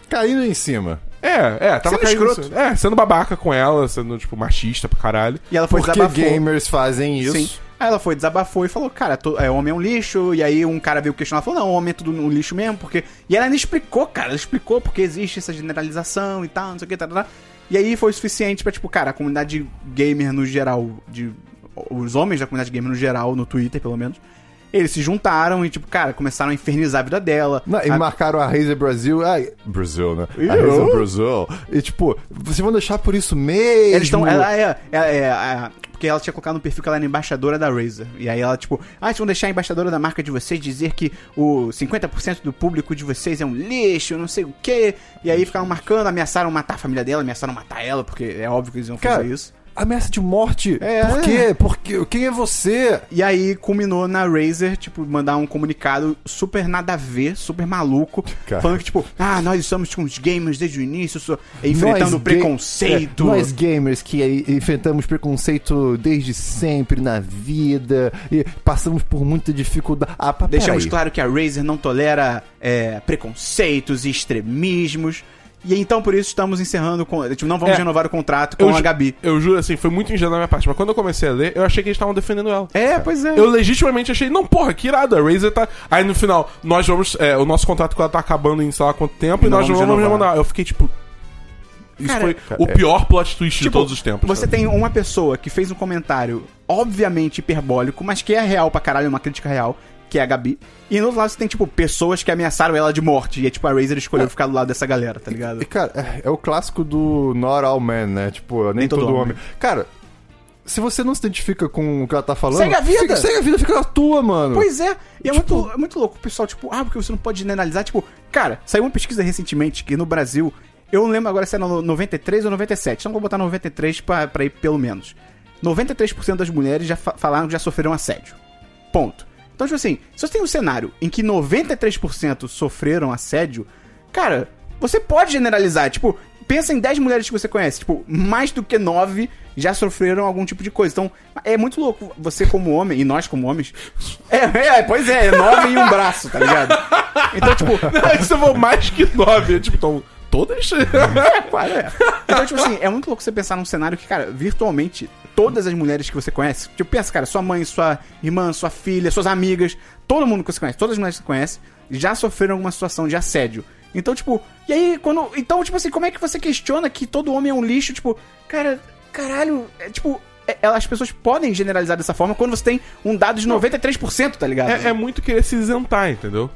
Caindo em cima. É, é, tava Sendo caindo. escroto. É, sendo babaca com ela, sendo, tipo, machista pra caralho. E ela foi Porque desabafou. gamers fazem isso. Sim. Aí ela foi, desabafou e falou, cara, to- é, homem é um lixo. E aí um cara veio questionar, falou, não, homem é tudo um lixo mesmo, porque... E ela ainda explicou, cara, ela explicou porque existe essa generalização e tal, não sei o que, tal, tal. E aí foi o suficiente pra, tipo, cara, a comunidade gamer no geral, de... Os homens da comunidade gamer no geral, no Twitter, pelo menos, eles se juntaram e, tipo, cara, começaram a infernizar a vida dela. Não, e a- marcaram a Razer Brasil. Ai, Brasil, né? Ih, A Razer oh. Brasil. E tipo, vocês vão deixar por isso mesmo? Eles estão. Ela é. ela é- a- porque ela tinha colocado no perfil que ela era embaixadora da Razer. E aí ela, tipo, ah, vocês vão deixar a embaixadora da marca de vocês dizer que o 50% do público de vocês é um lixo, não sei o quê. E aí ficaram marcando, ameaçaram matar a família dela, ameaçaram matar ela, porque é óbvio que eles iam fazer Cara, isso. Ameaça de morte? É. Por quê? Por quê? Quem é você? E aí culminou na Razer, tipo, mandar um comunicado super nada a ver, super maluco, Cara. falando que, tipo, ah, nós estamos com os gamers desde o início, so- enfrentando Nós ga- preconceito. É, nós gamers que eh, enfrentamos preconceito desde sempre na vida e passamos por muita dificuldade. Ah, pa, Deixamos peraí. claro que a Razer não tolera é, preconceitos e extremismos. E então por isso estamos encerrando com. Tipo, não vamos É. renovar o contrato com eu, a ju- Gabi. Eu juro, assim, foi muito ingênuo da minha parte, mas quando eu comecei a ler, eu achei que eles estavam defendendo ela. É, pois é. Eu legitimamente achei, não, porra, que irado, a Razer tá. Aí no final, nós vamos. é, o nosso contrato com ela tá acabando em sei lá quanto tempo e Não nós não vamos vamos renovar. renovar. Eu fiquei tipo. Isso Cara, foi cara, o é. pior plot twist de Tipo, todos os tempos. Você cara. tem uma pessoa que fez um comentário, obviamente hiperbólico, mas que é real pra caralho, é uma crítica real, que é a Gabi. E no outro lado você tem, tipo, pessoas que ameaçaram ela de morte. E é tipo, a Razer escolheu ficar do lado dessa galera, tá E, ligado? cara, é- é o clássico do Not All Men, né? Tipo, nem, todo, homem. Cara, se você não se identifica com o que ela tá falando. Segue a vida! Fica, segue a vida, fica na tua, mano! Pois é, e é, Tipo- muito, é muito louco o pessoal, tipo, ah, porque você não pode generalizar. Tipo, cara, saiu uma pesquisa recentemente que no Brasil, eu não lembro agora se era no 93 ou 97, então vou botar 93 pra, pra ir pelo menos. 93% das mulheres já fa- falaram que já sofreram assédio. Ponto. Então, tipo assim, se você tem um cenário em que 93% sofreram assédio, cara, você pode generalizar. Tipo, pensa em 10 mulheres que você conhece. Tipo, mais do que 9 já sofreram algum tipo de coisa. Então, é muito louco você como homem, e nós como homens. É, é pois é, é 9 e um braço, tá ligado? Então, tipo, Aí você falou mais que nove. Eu, tipo, então, todas? Claro, é. Então, tipo assim, é muito louco você pensar num cenário que, cara, virtualmente, todas as mulheres que você conhece, tipo, pensa, cara, sua mãe, sua irmã, sua filha, suas amigas, todo mundo que você conhece, todas as mulheres que você conhece, já sofreram alguma situação de assédio. Então, tipo, e aí, quando. Então, tipo assim, como é que você questiona que todo homem é um lixo? Tipo, cara, caralho, é tipo. é- elas- As pessoas podem generalizar dessa forma quando você tem um dado de 93%, tá ligado? É, é muito querer se isentar, entendeu?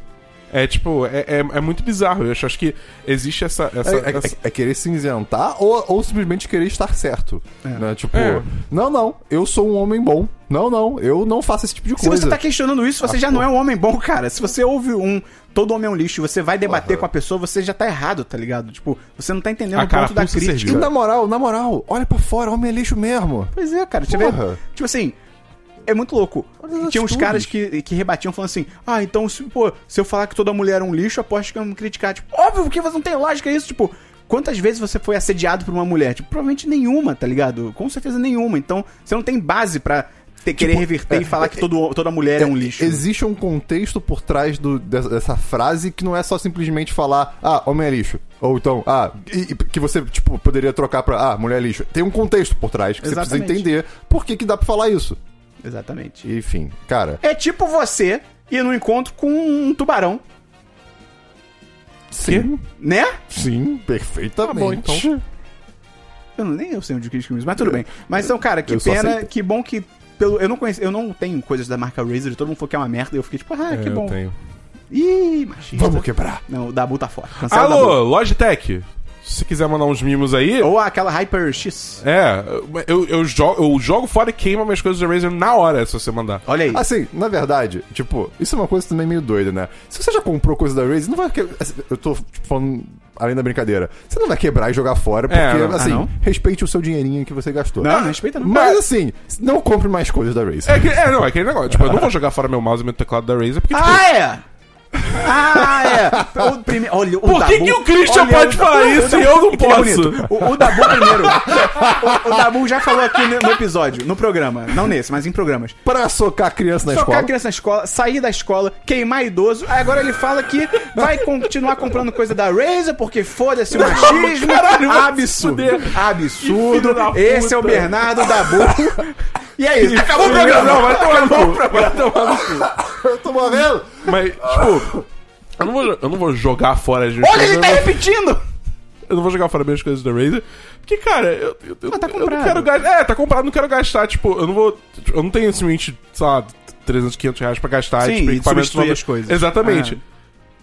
É tipo, é, é, é muito bizarro. Eu acho, acho que existe essa. essa, É, é- essa- é querer se isentar ou, ou simplesmente querer estar certo. Né? Tipo, É. não, não, eu sou um homem bom. Não, não, eu não faço esse tipo de Se coisa. Ah, você tá questionando isso, você já não é um homem bom, cara. Se você ouve um todo homem é um lixo, você vai debater com a pessoa, você já tá errado, tá ligado? Tipo, você não tá entendendo A o ponto da carapuça crítica. E na moral, na moral, olha pra fora, homem é lixo mesmo. Pois é, cara. Você vê, Porra. tipo assim, é muito louco. Olha as Tinha uns atitudes. caras que, que rebatiam falando assim: Ah, então, se, pô, se eu falar que toda mulher é um lixo, aposto que eu me criticar. Tipo, óbvio que você não tem lógica isso, tipo. Quantas vezes você foi assediado por uma mulher? Tipo, provavelmente nenhuma, tá ligado? Com certeza nenhuma. Então, você não tem base pra Tipo, ter, querer reverter e é, falar que todo, toda mulher é, um lixo. Existe um contexto por trás do- dessa, dessa frase que não é só simplesmente falar, ah, homem é lixo. Ou então, ah, e- e que você, tipo, poderia trocar pra, ah, mulher é lixo. Tem um contexto por trás que você Exatamente. precisa entender por que, que dá pra falar isso. Exatamente. Enfim, cara, É tipo você ir no encontro com um tubarão, sim, né? sim, perfeitamente. Tá bom, então. Eu não, nem eu sei onde que isso, mas tudo bem. Mas então, cara, que Eu só pena, aceitei. que bom que. Pelo, eu não conheço, eu não tenho coisas da marca Razer, todo mundo falou que é uma merda, e eu fiquei tipo, ah, que É, eu bom. tenho. Ih, machista. Vamos quebrar. Não, o Dabu tá fora. Cancela o Dabu. Alô, Logitech. Se você quiser mandar uns mimos aí. Ou aquela Hyper X. É, eu, eu, jo- eu jogo fora e queima minhas coisas da Razer na hora, se você mandar. Olha aí. Assim, na verdade, tipo, isso é uma coisa também meio doida, né? Se você já comprou coisa da Razer, não vai que... Eu tô tipo, falando além da brincadeira. Você não vai quebrar e jogar fora, porque, É, não. assim, Ah, não? respeite o seu dinheirinho que você gastou. ah, Ah, não, não respeita não. É Mas assim, não compre mais coisas da Razer. É, que- é, não, é aquele negócio. Tipo, eu não vou jogar fora meu mouse e meu teclado da Razer, porque, tipo, Ah, é! Ah, é. O prime... Olha, o Por que Dabu- que o Christian Olha, pode falar o isso Dabu- e eu não que ele é posso? bonito. O, o Dabu primeiro. O, o Dabu já falou aqui no no episódio, no programa. Não nesse, mas em programas. Pra socar a criança na Socar escola. a criança na escola, sair da escola, queimar idoso. Aí agora ele fala que vai continuar comprando coisa da Razer porque foda-se o machismo. absurdo. Absurdo. Que filho da Esse é o puta. Bernardo Dabu. E é isso. Acabou o programa. Não, vai tomar no cu. Vai tomar no cu. Eu tô morrendo! Mas, tipo, eu não vou, jo- eu não vou jogar fora as minhas Olha, ele coisas, tá eu não- repetindo. Eu não vou jogar fora as minhas coisas da Razer. Porque, cara, eu, eu, eu, tá eu comprado. não quero gastar. É, tá comprado, não quero gastar. Tipo, eu não vou. Eu não tenho simplesmente, sei lá, 300, 500 reais pra gastar. Sim, tipo, e equipamentos substituir novos. as coisas. Ah. Exatamente.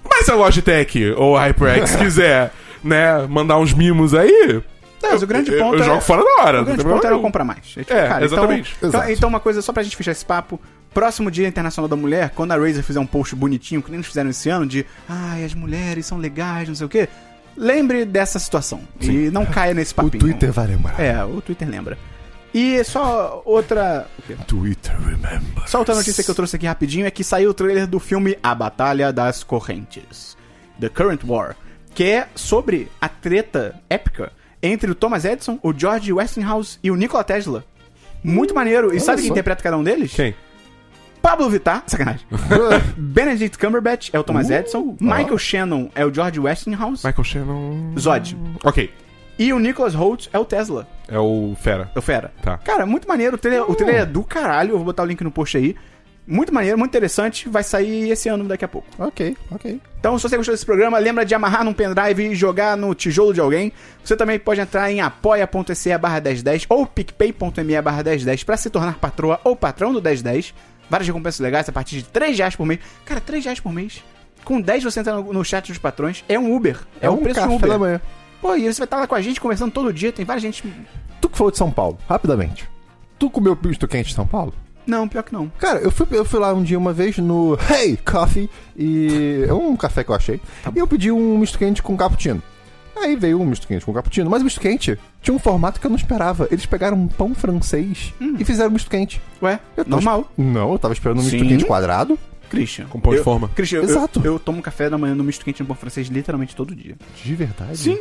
Mas se a Logitech ou a HyperX quiser, né, mandar uns mimos aí. Não, mas o grande eu, ponto Eu é- jogo fora da hora. O não tem grande problema ponto era eu nenhum. comprar mais. tipo, É, então- exatamente. Então, Exato. então uma coisa, só pra gente fechar esse papo. Próximo Dia Internacional da Mulher, quando a Razer fizer um post bonitinho, que nem eles fizeram esse ano, de ai, as mulheres são legais, não sei o quê. Lembre dessa situação. E não caia nesse O papinho. Twitter vai lembrar. É, o Twitter lembra. E só outra. o quê? Twitter remember. Só outra notícia que eu trouxe aqui rapidinho é que saiu o trailer do filme A Batalha das Correntes. The Current War. Que é sobre a treta épica entre o Thomas Edison, o George Westinghouse e o Nikola Tesla. Muito maneiro. E sabe quem só. interpreta cada um deles? Quem? Pablo Vittar. Sacanagem. Ah, Benedict Cumberbatch é o Thomas Edison. Michael Shannon é o George Westinghouse. Michael Shannon. Zod. Ok. E o Nicholas Holt é o Tesla. É o Fera. Eu fera. Tá. Cara, muito maneiro. O trailer, o trailer é do caralho. Eu vou botar o link no post aí. Muito maneiro, muito interessante. Vai sair esse ano daqui a pouco. Ok, ok. Então, se você gostou desse programa, lembra de amarrar num pendrive e jogar no tijolo de alguém. Você também pode entrar em apoia.se barra 1010 ou picpay.me barra 1010 pra se tornar patroa ou patrão do 1010. Várias recompensas legais a partir de 3 reais por mês. Cara, 3 reais por mês. Com 10 você entra no, no chat dos patrões. É um Uber. É, É um, um preço café Uber. da manhã. Pô, e você vai estar lá com a gente conversando todo dia. Tem várias gente... Tu que falou de São Paulo, rapidamente. Tu comeu misto quente de São Paulo? Não, pior que não. Cara, eu fui, eu fui lá um dia uma vez no Hey Coffee e. É um café que eu achei. Tá e eu pedi um misto quente com cappuccino. Aí veio um misto quente com cappuccino, mas o misto quente tinha um formato que eu não esperava. Eles pegaram um pão francês Hum. e fizeram misto quente. Ué, Eu tava normal. esp- Não, eu tava esperando um misto Sim. quente quadrado. Christian. Com pão de eu- forma. Christian, eu- Exato. Eu, tomo café da manhã no misto quente no pão francês literalmente todo dia. De verdade. Hum.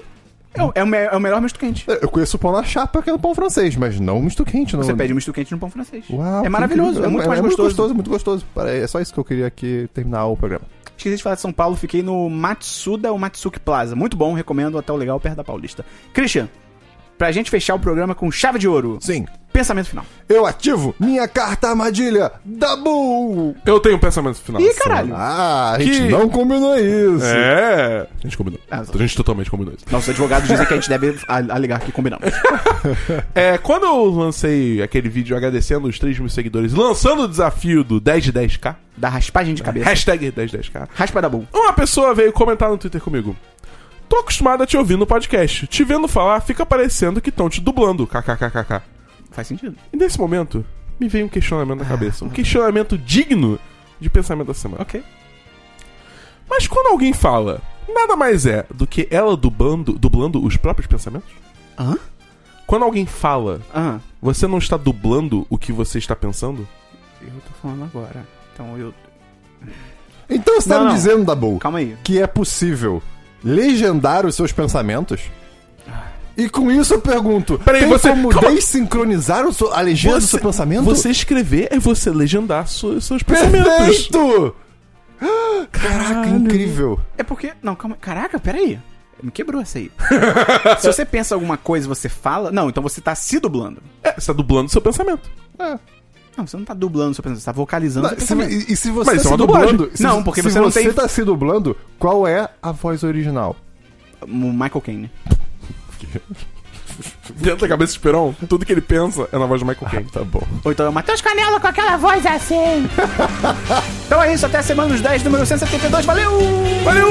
É, o- é o, me- é o melhor misto quente. Eu conheço o pão na chapa, que é o pão francês, mas não o misto quente. Não... Você pede um misto quente no pão francês. Uau, é que maravilhoso, incrível. é muito mais muito gostoso. gostoso, muito gostoso. Pera aí, É só isso que eu queria aqui terminar o programa. Esqueci de falar de São Paulo, fiquei no Matsuda ou Matsuki Plaza. Muito bom, recomendo, um hotel legal perto da Paulista. Christian, pra gente fechar o programa com chave de ouro, Sim. pensamento final. Eu ativo minha carta armadilha Dabu! Eu tenho um pensamento final. Ih, dessa caralho. semana. Ah, a Que- gente não combinou isso. É. A gente combinou. Ah, a gente totalmente combinou isso. Nossos advogados dizem que a gente deve a- alegar que combinamos. É, quando eu lancei aquele vídeo agradecendo os 3 mil seguidores, lançando o desafio do 10 de 10k, Da raspagem de cabeça. hashtag 10 de 10k, Raspa da bull. uma pessoa veio comentar no Twitter comigo. Tô acostumado a te ouvir no podcast. Te vendo falar, fica parecendo que estão te dublando. KKKKK. Faz sentido. E nesse momento, me veio um questionamento na cabeça. Um questionamento digno de pensamento da semana. Ok. Mas quando alguém fala, nada mais é do que ela dublando, dublando os próprios pensamentos? Hã? Quando alguém fala, Ah, Aham. você não está dublando o que você está pensando? Eu tô falando agora. Então eu... Então você Não, tá me não. dizendo, Dabu, Calma aí. que é possível legendar os seus pensamentos? E com isso eu pergunto, Peraí, tem você- como calma. desincronizar o seu- a é legenda do seu pensamento? Você escrever é você legendar su- seus pensamentos. Perfeito! Caraca, incrível. É porque. Não, calma. Caraca, peraí. Me quebrou essa aí. Se você pensa alguma coisa e você fala. Não, então você tá se dublando. É, você está dublando seu pensamento. É. Não, você não tá dublando seu pensamento, você tá vocalizando Não, seu se- pensamento. e, e se você tá Mas isso é se uma dublagem. dublando... se- Não, porque se você não tem- tá se dublando, qual é a voz original? O Michael Caine. Dentro da cabeça de Esperon, tudo que ele pensa é na voz de Michael Caine. Tá bom. Ou então é o Matheus Canela com aquela voz assim. então é isso, até a semana dos 10, número 172. Valeu! Valeu!